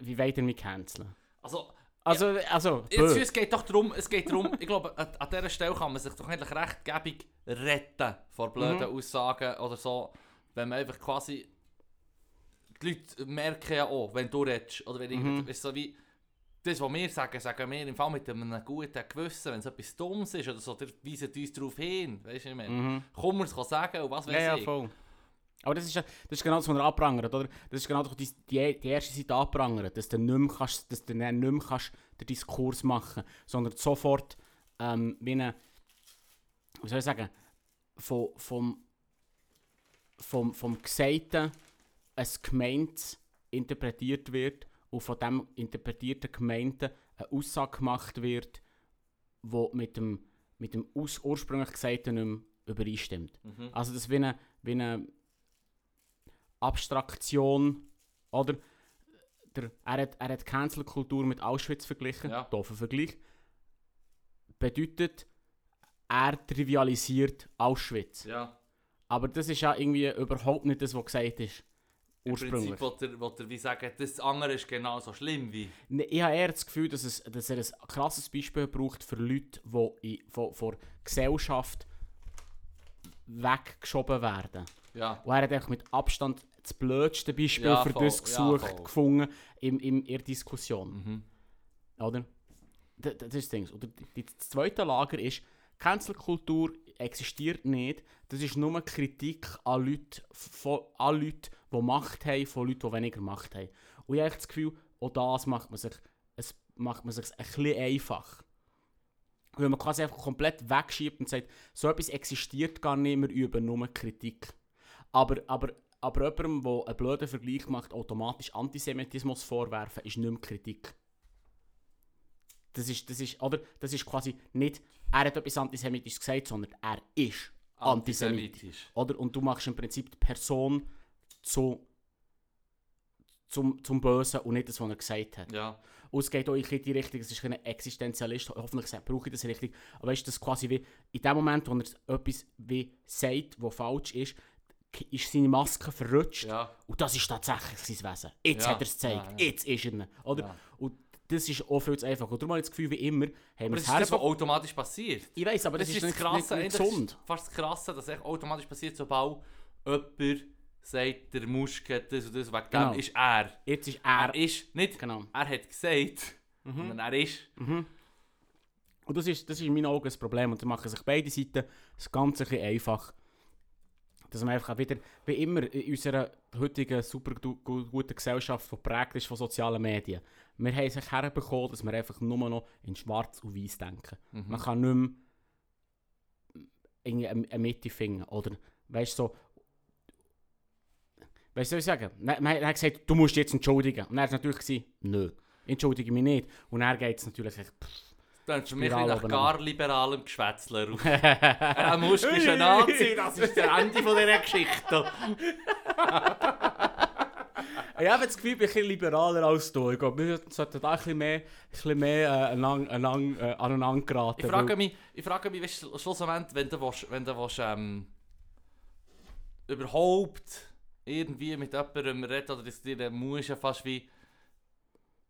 Speaker 1: wie weit ihr mich canceln?
Speaker 2: Also,
Speaker 1: Also, also,
Speaker 2: Jetzt,
Speaker 1: bö.
Speaker 2: es geht doch darum, es geht darum, ich glaube, an, an dieser Stelle kann man sich doch eigentlich rechtgebig retten vor blöden
Speaker 1: Mhm.
Speaker 2: Aussagen oder so, wenn man einfach quasi. Die Leute merken ja auch, wenn du redest. Oder wenn
Speaker 1: Mhm.
Speaker 2: ich, ist so wie, das, was wir sagen, sagen wir im Fall mit einem guten Gewissen, wenn es etwas Dummes ist oder so, der weisen uns darauf hin. Weißt du, ich meine,
Speaker 1: Mhm.
Speaker 2: komm, wir es kann sagen und was weiß
Speaker 1: Ja, ja,
Speaker 2: ich.
Speaker 1: voll. Aber das ist, ja- das ist genau das, was er anprangert, oder? Das ist genau doch die, die, die erste Seite anprangert, dass du nicht mehr, kannst, dass du dann nicht mehr kannst den Diskurs machen sondern sofort ähm, wie eine, wie soll ich sagen, von, vom, vom, vom Gesagten ein Gemeintes interpretiert wird und von dem interpretierten Gemeinten eine Aussage gemacht wird, die mit dem, mit dem aus, ursprünglich Gesagten nicht mehr übereinstimmt.
Speaker 2: Mhm.
Speaker 1: Also das ist wie eine, wie eine Abstraktion, oder? Der, er hat, er hat Cancel-Kultur mit Auschwitz verglichen,
Speaker 2: Ja.
Speaker 1: doofer Vergleich. Bedeutet, er trivialisiert Auschwitz.
Speaker 2: Ja,
Speaker 1: Aber das ist ja irgendwie überhaupt nicht das, was gesagt ist.
Speaker 2: im
Speaker 1: Ursprünglich.
Speaker 2: Prinzip, wo der, wo der wie sagen, das andere ist genauso schlimm wie.
Speaker 1: Ne, Ich habe eher das Gefühl, dass, es, dass er ein krasses Beispiel braucht für Leute, die in- von, von der Gesellschaft weggeschoben werden.
Speaker 2: Ja.
Speaker 1: Und er hat einfach mit Abstand das blödste Beispiel
Speaker 2: Ja,
Speaker 1: für
Speaker 2: voll,
Speaker 1: das
Speaker 2: ja,
Speaker 1: gesucht,
Speaker 2: voll.
Speaker 1: gefunden im, im, in der Diskussion.
Speaker 2: Mhm.
Speaker 1: Oder? D- d- Das ist das Ding. Oder die- die- das zweite Lager ist, Cancel-Kultur existiert nicht. Das ist nur Kritik an Leute, von, an Leute, die Macht haben, von Leuten, die weniger Macht haben. Und ich habe echt das Gefühl, auch das macht man sich, es macht man sich ein bisschen einfach. Weil man quasi einfach komplett wegschiebt und sagt, so etwas existiert gar nicht, wir üben nur Kritik. Aber, aber, aber jemandem, der einen blöden Vergleich macht, automatisch Antisemitismus vorwerfen, ist nicht mehr Kritik. Das ist, das ist, oder? Das ist quasi nicht, er hat etwas Antisemitisches gesagt, sondern er ist antisemitisch.
Speaker 2: Antisemitisch.
Speaker 1: Oder? Und du machst im Prinzip die Person zu, zum, zum Bösen und nicht das, was er gesagt hat.
Speaker 2: Ja.
Speaker 1: Und es geht auch in ein bisschen die Richtung, es ist ein Existenzialist, hoffentlich sagt- brauche ich das richtig. Aber weißt du, das quasi wie, in dem Moment, wo er etwas wie sagt, was falsch ist, k- ist seine Maske verrutscht.
Speaker 2: Ja.
Speaker 1: Und das ist tatsächlich sein Wesen. Jetzt
Speaker 2: Ja,
Speaker 1: hat er es gezeigt,
Speaker 2: ja, ja.
Speaker 1: jetzt ist er ihn. Oder?
Speaker 2: Ja.
Speaker 1: Und das ist auch viel zu einfach. Und darum habe ich das Gefühl, wie immer, haben wir
Speaker 2: Aber das
Speaker 1: das
Speaker 2: ist das,
Speaker 1: Herz...
Speaker 2: was automatisch passiert.
Speaker 1: Ich weiß, aber das, ist, nicht, nicht, nicht
Speaker 2: eigentlich
Speaker 1: gesund.
Speaker 2: ist fast das Krasse, dass echt automatisch passiert, sobald jemand sagt, der Muschke, das und das, wegen
Speaker 1: Genau.
Speaker 2: dem ist er.
Speaker 1: Jetzt ist
Speaker 2: Er
Speaker 1: er...
Speaker 2: ist nicht,
Speaker 1: Genau. Mhm.
Speaker 2: er hat gesagt, sondern er ist.
Speaker 1: Und das ist, das ist in meinen Augen das Problem. Und da machen sich beide Seiten das Ganze ein bisschen einfach. Dass man einfach auch wieder, wie immer, in unserer heutigen super gu- gu- guten Gesellschaft, die geprägt ist von sozialen Medien, wir haben sich herbekommen, dass wir einfach nur noch in schwarz und weiß denken. Man kann nicht mehr irgendwie eine, eine Mitte finden. Oder, weißt du, so. Weißt du, was ich sagen? Man, man hat gesagt, du musst dich jetzt entschuldigen. Und er war natürlich, gewesen, nö, entschuldige mich nicht. Und er geht es natürlich. echt,
Speaker 2: Das ist für mich
Speaker 1: Spirale
Speaker 2: ein nach
Speaker 1: oben
Speaker 2: gar liberalem Geschwätzler. Er muss ist ein Nazi, das ist der Ende von dieser Geschichte.
Speaker 1: Ich habe das Gefühl, ich bin ein bisschen liberaler als du. Ich glaube, wir sollten da ein bisschen mehr, ein bisschen mehr äh, anang, anang, äh, aneinander geraten.
Speaker 2: Ich frage mich, ich frage mich weißt, du, schlussendlich, wenn du, willst, wenn du willst, ähm, überhaupt irgendwie mit jemandem reden oder diskutieren äh, musst, ja fast wie.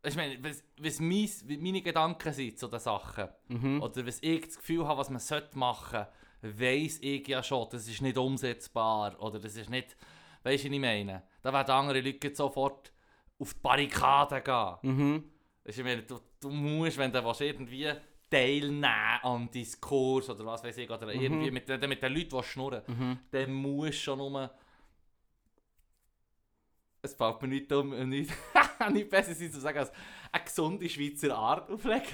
Speaker 2: Ich meine, was, was mein, wie meine Gedanken sind zu den Sachen
Speaker 1: mich. Mhm.
Speaker 2: oder was ich das Gefühl habe, was man sollte machen sollte, weiss ich ja schon, das ist nicht umsetzbar oder das ist nicht. Weißt du, was ich meine? Da werden andere Leute gleich sofort auf die Barrikaden gehen.
Speaker 1: Mhm.
Speaker 2: Weisst du, Ich meine, du, du musst, wenn du willst, irgendwie teilnehmen an Diskurs oder was weiß ich, oder irgendwie mit, den- mit den Leuten willst schnurren
Speaker 1: Mhm.
Speaker 2: dann musst du schon nur. Es fällt mir nicht um, nicht, nicht besser sein zu sagen, als eine gesunde Schweizer Art auflegen.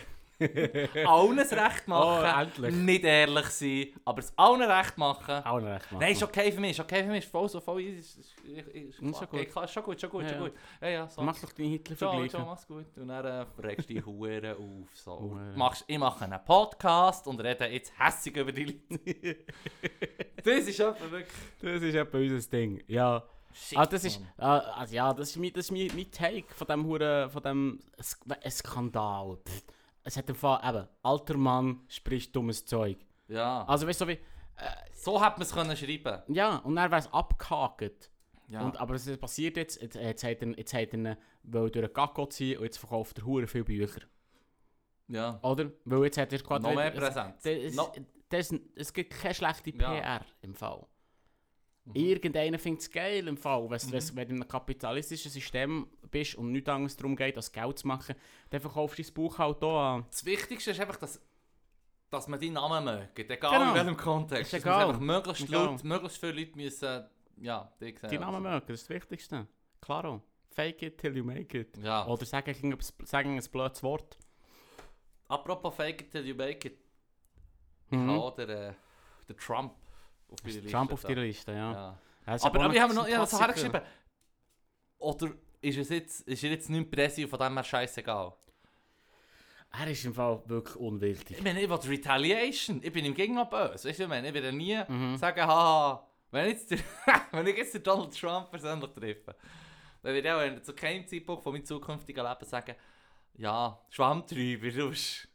Speaker 2: allen es recht
Speaker 1: Oh,
Speaker 2: machen,
Speaker 1: endlich. Ah.
Speaker 2: nicht ehrlich sein, aber es allen recht machen.
Speaker 1: Auch noch recht machen.
Speaker 2: Nein, ist okay für mich, ist okay für mich, ist voll so, voll easy. Ist, ist, ist, ist,
Speaker 1: Ist ja gut.
Speaker 2: Ich kann- ist schon gut, schon gut,
Speaker 1: Ja,
Speaker 2: schon
Speaker 1: ja.
Speaker 2: gut. Ja, ja, so.
Speaker 1: Du machst doch deine
Speaker 2: Ciao, ciao,
Speaker 1: Hitler-Vergleiche.
Speaker 2: mach's gut. Und dann äh, regst du dich Huren auf. So.
Speaker 1: Hure.
Speaker 2: Du Machst, ich mache einen Podcast und rede jetzt hässig über die Leute. das ist einfach wirklich.
Speaker 1: Das ist etwa unser Ding. Ja.
Speaker 2: Shit,
Speaker 1: Ah, das ist,
Speaker 2: Mann.
Speaker 1: ah, also ja, das ist, mein, das ist mein, mein Take von dem, Hure, von dem Sk ein Skandal. Pff. Es hat im Fall, eben, alter Mann spricht dummes Zeug.
Speaker 2: Ja,
Speaker 1: Also weißt du, so wie,
Speaker 2: so hätte man es können schreiben.
Speaker 1: ja, und dann wäre es abgehakt.
Speaker 2: Ja.
Speaker 1: Und, aber es passiert jetzt, jetzt, jetzt hat er, jetzt hat er ihn wollen durch den Kakao ziehen und jetzt verkauft er hure viele Bücher.
Speaker 2: ja.
Speaker 1: Oder? Weil jetzt hat er gerade...
Speaker 2: Noch mehr
Speaker 1: es-
Speaker 2: Präsenz.
Speaker 1: Das, ist-
Speaker 2: No-
Speaker 1: das, ist- es gibt keine schlechte
Speaker 2: Ja. Mhm.
Speaker 1: PR im Fall. Irgendeiner findet es geil im Fall. Wenn, wenn, wenn du in einem kapitalistischen System bist und nichts anderes darum geht, als Geld zu machen, dann verkaufst du dein Buch halt auch an.
Speaker 2: Das Wichtigste ist einfach, dass, dass man deinen Namen mögt. Egal
Speaker 1: Genau.
Speaker 2: in welchem
Speaker 1: Ist
Speaker 2: Kontext. Dass man
Speaker 1: egal.
Speaker 2: einfach möglichst,
Speaker 1: Egal.
Speaker 2: Leute, möglichst viele Leute müssen. Ja, die sehen.
Speaker 1: Die Namen mögen, das ist das Wichtigste. Klaro. Fake it till you make it.
Speaker 2: Ja.
Speaker 1: Oder sag irgendwas- sag ein blödes Wort.
Speaker 2: Apropos Fake it till you make it.
Speaker 1: Mhm.
Speaker 2: Ich habe auch den, äh, den Trump auf meiner Liste.
Speaker 1: Trump auf
Speaker 2: da.
Speaker 1: deiner Liste, ja.
Speaker 2: Ah, Ja.
Speaker 1: Das ist
Speaker 2: Aber,
Speaker 1: auch
Speaker 2: aber ich
Speaker 1: noch
Speaker 2: habe noch
Speaker 1: ein
Speaker 2: ich habe das
Speaker 1: Klassiker.
Speaker 2: hergeschrieben. Oder ist es jetzt, ist er jetzt nicht mehr Presse und von dem her scheißegal?
Speaker 1: Er ist im Fall wirklich
Speaker 2: Ich
Speaker 1: unwillig.
Speaker 2: meine, ich will Retaliation. Ich bin im Gegner böse. Weißt du, ich meine, ich werde nie sagen, haha, wenn, jetzt der, wenn ich jetzt den Donald Trump persönlich treffe, dann werde ich auch zu keinem Zeitpunkt von meinem zukünftigen Leben sagen, ja, Schwammtreiber, du bist.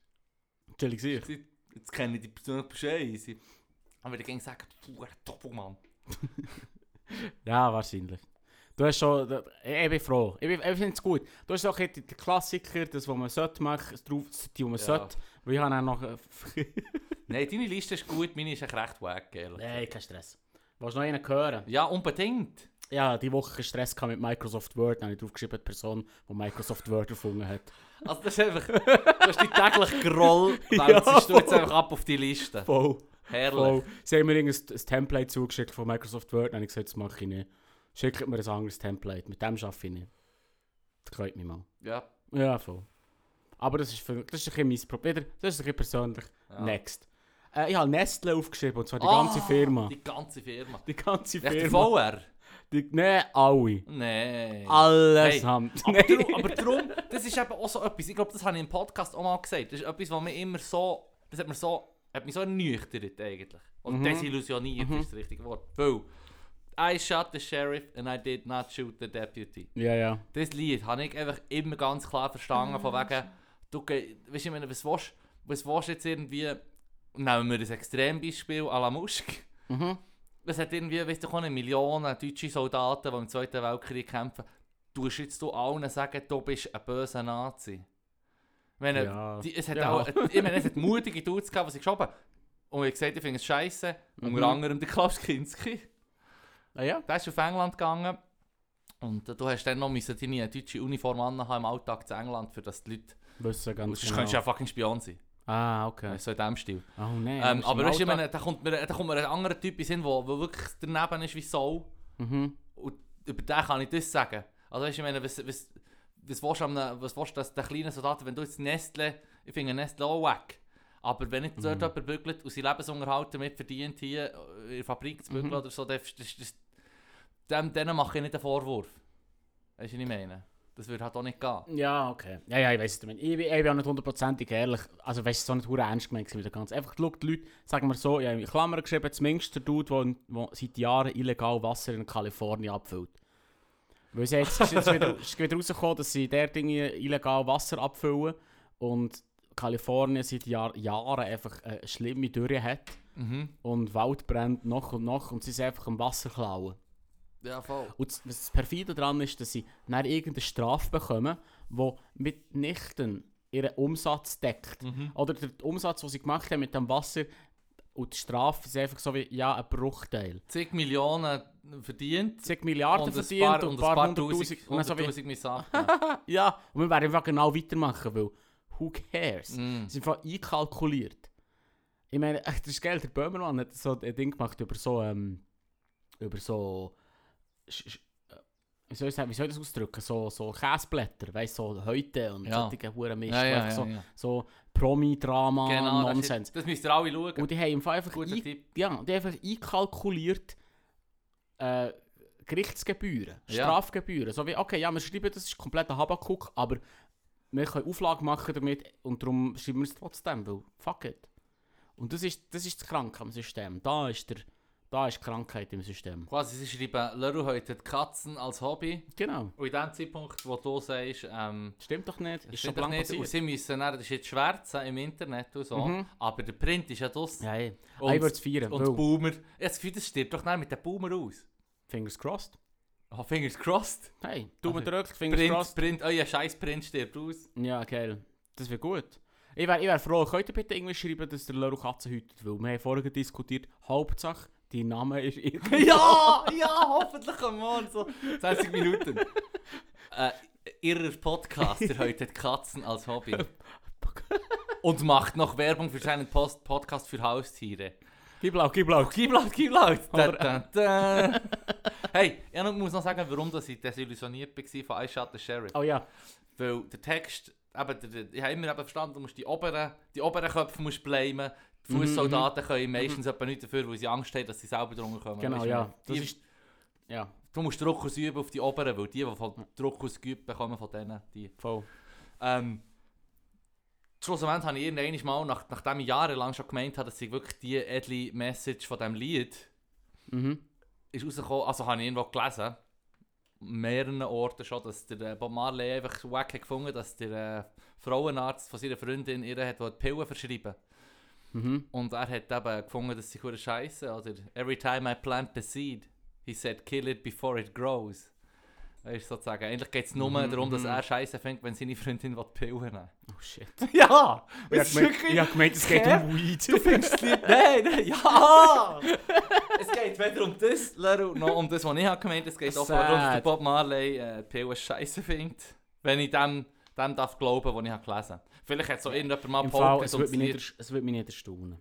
Speaker 1: Entschuldigung, sehe ich.
Speaker 2: Jetzt kenne ich die Person scheiße. Aber würde ich gerne sagen, du ein Doppelmann.
Speaker 1: Ja, wahrscheinlich. Du hast schon, da- ich bin froh, ich, bin- ich finde es gut. Du hast auch den Klassiker, das, was man sollte machen, das drauf, das, die, was man
Speaker 2: Ja.
Speaker 1: sollte. Weil ich habe dann noch...
Speaker 2: Nein, deine Liste ist gut, meine ist echt recht wack, ehrlich.
Speaker 1: Nein, kein Stress. Willst du noch einen hören?
Speaker 2: Ja, unbedingt.
Speaker 1: Ja, diese Woche Stress kam mit Microsoft Word, dann habe ich draufgeschrieben, die Person, die Microsoft Word erfunden hat.
Speaker 2: Also das ist einfach, du hast die täglich Groll, wälzt du jetzt einfach ab auf die Liste.
Speaker 1: Voll,
Speaker 2: Herrlich.
Speaker 1: voll. Sie haben mir irgendein ein Template zugeschickt von Microsoft Word, dann habe ich gesagt, das mache ich nicht. Schickt mir ein anderes Template, mit dem arbeite ich nicht. Das freut mich mal.
Speaker 2: Ja.
Speaker 1: Ja, voll. Aber das ist, für, das ist ein bisschen mein Problem. Wieder, Das ist ein bisschen persönlich. Next. Äh, ich habe Nestle aufgeschrieben, und zwar die
Speaker 2: Ah,
Speaker 1: ganze Firma. Die,
Speaker 2: Die ganze Firma.
Speaker 1: ganze
Speaker 2: Echt der
Speaker 1: Firma.
Speaker 2: VR?
Speaker 1: Die, nee, alle.
Speaker 2: Nein.
Speaker 1: Ah. Allesamt.
Speaker 2: Aber, drum, aber drum, das ist eben auch so etwas, ich glaube, das habe ich im Podcast Dus auch mal gesagt, das ist etwas, was mir immer so, das hat mir so, hat mich so ernüchtert eigentlich. Oder
Speaker 1: Mhm.
Speaker 2: desillusioniert
Speaker 1: Mhm.
Speaker 2: ist das richtige Wort. Weil, I shot the sheriff and I did not shoot the deputy.
Speaker 1: ja, ja.
Speaker 2: Das Lied habe ich einfach immer ganz klar
Speaker 1: Mhm.
Speaker 2: verstanden, von wegen, du geh- weißt du, ich meine, was willst, was willst du jetzt irgendwie, nehmen wir ein Extrembeispiel, à la Musk.
Speaker 1: Mhm.
Speaker 2: Es hat irgendwie, weißt du, eine Millionen deutsche Soldaten, die im Zweiten Weltkrieg kämpfen. Du musst jetzt du allen sagen, du bist ein böser Nazi. Wenn
Speaker 1: Ja.
Speaker 2: die, es hat
Speaker 1: Ja.
Speaker 2: auch, ich meine, es hat mutige Dudes gehabt, die sich geschoben haben. Und ich gesagt, ich finde es scheiße.
Speaker 1: Mhm.
Speaker 2: Unter anderem der Klaus Kinski.
Speaker 1: Ah, ja.
Speaker 2: Der ist auf England gegangen. Und äh, du hast dann noch müssen deine deutsche Uniform anhaben im Alltag zu England, für das die Leute.
Speaker 1: Wissen ganz
Speaker 2: Sonst
Speaker 1: genau.
Speaker 2: könntest du ja fucking Spion sein.
Speaker 1: Ah, okay.
Speaker 2: So in dem Stil.
Speaker 1: Oh nein.
Speaker 2: Ähm,
Speaker 1: das
Speaker 2: aber
Speaker 1: ist
Speaker 2: weißt du, ich
Speaker 1: im
Speaker 2: meine, da kommt mir, da kommt mir ein anderer Typ in den Sinn, der der wirklich daneben ist wie Sau.
Speaker 1: Alltag- Mhm.
Speaker 2: Über den kann ich das sagen. Also weißt du, ich meine, was, was, was willst du, am- was willst du dass der kleine Soldat, wenn du jetzt Nestle, ich finde Nestle auch weg. Aber wenn jetzt dort
Speaker 1: Mhm.
Speaker 2: jemand bügelt und seinen Lebensunterhalt damit verdient, hier in der Fabrik zu bügeln
Speaker 1: Mhm.
Speaker 2: oder so, dann- das, das, das, dem, denen mache ich nicht einen Vorwurf. Weißt du, was ich meine? Das würde halt auch nicht gehen.
Speaker 1: Ja, okay. Ja, ja, ich weiß es nicht. Ich, bin- ich bin auch nicht hundertprozentig ehrlich. Also, weißt du, es war nicht hure ernst gemeint gewesen mit der ganzen. Einfach schaut die Leute, sagen wir so, ich habe in Klammern geschrieben, zumindest der Dude, der der seit Jahren illegal Wasser in Kalifornien abfüllt. Weil sie jetzt, es ist wieder, es ist wieder rausgekommen, dass sie dort irgendwie illegal Wasser abfüllen und Kalifornien seit Jahr, Jahren einfach eine schlimme Dürre hat
Speaker 2: Mhm.
Speaker 1: und Waldbrände noch und noch und sie sind einfach am Wasser klauen.
Speaker 2: Ja, voll.
Speaker 1: Und das, das Perfide daran ist, dass sie dann irgendeine Strafe bekommen, die mitnichten ihren Umsatz deckt.
Speaker 2: Mhm.
Speaker 1: Oder der Umsatz, den sie gemacht haben mit dem Wasser und die Strafe ist einfach so wie, ja, ein Bruchteil.
Speaker 2: Zig Millionen verdient.
Speaker 1: Zig Milliarden
Speaker 2: und
Speaker 1: verdient
Speaker 2: ein paar,
Speaker 1: und
Speaker 2: und ein paar
Speaker 1: hunderttausend.
Speaker 2: tausend,
Speaker 1: Und dann so wie,
Speaker 2: hunderttausend müssen abgeben.
Speaker 1: ja, und wir werden einfach genau weitermachen, weil who cares?
Speaker 2: Mm.
Speaker 1: Das ist einfach einkalkuliert. Ich meine, echt, das ist geil, der Böhmermann hat so ein Ding gemacht über so, ähm, über so, sch, sch, äh, wie soll ich sagen, wie soll ich das ausdrücken, so, so Käseblätter, weißt du, so heute und
Speaker 2: Ja.
Speaker 1: solche Huren Mist,
Speaker 2: Ja, ja,
Speaker 1: einfach so,
Speaker 2: ja, ja.
Speaker 1: so Promi-Drama,
Speaker 2: Genau,
Speaker 1: Nonsens.
Speaker 2: Das, ist, das müsst ihr alle schauen.
Speaker 1: Und die haben im Fall einfach,
Speaker 2: Guter
Speaker 1: ein-
Speaker 2: Tipp.
Speaker 1: ja, die dus haben einfach einkalkuliert äh, Gerichtsgebühren,
Speaker 2: Ja.
Speaker 1: Strafgebühren. So wie, okay, ja, wir schreiben, das ist komplett ein Habakuk, aber wir können Auflagen machen damit und darum schreiben wir es trotzdem, weil fuck it. Und das ist das, ist das Kranke am System. Da ist, der, da ist die Krankheit im System.
Speaker 2: Quasi, sie schreiben, Leru heute hat Katzen als Hobby.
Speaker 1: Genau.
Speaker 2: Und in dem Zeitpunkt, wo du sagst, ähm,
Speaker 1: Stimmt doch nicht. Ist
Speaker 2: das
Speaker 1: schon
Speaker 2: stimmt doch
Speaker 1: lange
Speaker 2: nicht, und
Speaker 1: passiert.
Speaker 2: sie müssen dann, das ist jetzt schwärzen im Internet und so,
Speaker 1: Mhm.
Speaker 2: aber der Print ist ja draussen.
Speaker 1: Ja, genau. hey.
Speaker 2: Und-
Speaker 1: ich würde es feiern,
Speaker 2: Und die
Speaker 1: weil,
Speaker 2: Boomer, ich hab das Gefühl, das stirbt doch dann mit den Boomer aus.
Speaker 1: fingers crossed.
Speaker 2: Oh, fingers crossed.
Speaker 1: Hey, du mir
Speaker 2: Also,
Speaker 1: drückt, fingers crossed.
Speaker 2: Print, Print, euer scheiß Print stirbt aus.
Speaker 1: Ja, geil. Das wäre gut. Ich wäre ich wär froh, könnt ihr bitte irgendwie schreiben, dass der Leru Katzen hütet? Weil wir haben vorher diskutiert, Hauptsache, dein Name ist irgendwie...
Speaker 2: ja, ja, hoffentlich am Morgen so 20 Minuten. äh, ihrer Podcast, der heute hat Katzen als Hobby. Und macht noch Werbung für seinen Post Podcast für Haustiere.
Speaker 1: Gib laut, gib laut.
Speaker 2: Gib laut, gib laut! Da,
Speaker 1: Aber-
Speaker 2: da, da. Hey, ich noch- muss noch sagen, warum dass ich desillusioniert war von I Shot the Sheriff.
Speaker 1: Oh ja.
Speaker 2: Weil der Text, eben, der, der, ich habe immer eben verstanden, du musst die oberen, die oberen Köpfe musst blamen. Die
Speaker 1: Mhm,
Speaker 2: Fußsoldaten können meistens etwa nichts dafür, weil sie Angst haben, dass sie selber drunter kommen.
Speaker 1: Genau,
Speaker 2: Weisst du,
Speaker 1: ja.
Speaker 2: die-
Speaker 1: Das ist... Ja,
Speaker 2: Du musst Druck ausüben auf die oberen, weil die, die von Druck ausgeübt bekommen, von denen, die.
Speaker 1: voll.
Speaker 2: Ähm, schlussendlich habe ich irgendwann mal, nach, nachdem ich jahrelang schon gemeint habe, dass ich wirklich die edle Message von diesem Lied
Speaker 1: Mhm.
Speaker 2: ist rausgekommen, also habe ich irgendwo gelesen, an mehreren Orten schon, dass der äh, Bob Marley einfach wack hat gefunden, dass der äh, Frauenarzt von seiner Freundin ihr hat wollte die Pillen verschrieben
Speaker 1: Mhm.
Speaker 2: und er hat eben gefunden, dass sie gute Scheiße oder every time I plant the seed, he said kill it before it grows. Ist sozusagen, eigentlich geht es nur
Speaker 1: Mhm,
Speaker 2: darum, dass
Speaker 1: mhm.
Speaker 2: er Scheiße fängt, wenn seine Freundin will die Pillen nehmen.
Speaker 1: Oh shit.
Speaker 2: Ja!
Speaker 1: Ich hab gemeint, ich hab gemeint, es geht
Speaker 2: Hä?
Speaker 1: um Weed.
Speaker 2: Du findest das Lied. Nein,
Speaker 1: ne,
Speaker 2: nein, ja! es geht weder um das, Leru, noch um das, was ich hab gemeint habe. Es geht auch
Speaker 1: Sad.
Speaker 2: darum, dass der Bob Marley äh, die Pillen scheiße findet. Wenn ich dem, dem darf glauben, was ich hab gelesen habe. Vielleicht hat so irgendjemand mal
Speaker 1: Im Fall,
Speaker 2: behauptet
Speaker 1: es
Speaker 2: und
Speaker 1: würde
Speaker 2: das
Speaker 1: mich, nicht
Speaker 2: Lied-
Speaker 1: erst- es würde mich nicht erstaunen.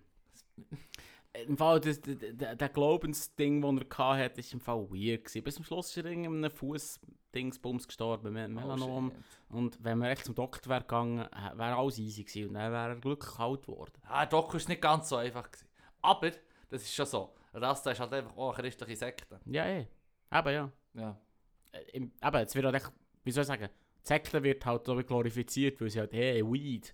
Speaker 1: Äh, Im Fall, das, das, das, das Glaubensding, das er hatte, ist im Fall weird. Gewesen. Bis zum Schluss ist er in einem Fuß-Dingsbums gestorben, mit Melanom.
Speaker 2: Oh, shit.
Speaker 1: Und wenn wir echt zum Doktor wäre gegangen, wäre alles easy gewesen und dann wäre er glücklich kalt geworden.
Speaker 2: Ah, Doku ist nicht ganz so einfach. Gewesen. Aber, das ist schon so. Rasta ist halt einfach auch eine christliche Sekte.
Speaker 1: Ja, eh. Eben, ja.
Speaker 2: Ja.
Speaker 1: Äh, im- Eben, jetzt wird halt echt, wie soll ich sagen, die Sekte wird halt so glorifiziert, weil sie halt, hey, Weed.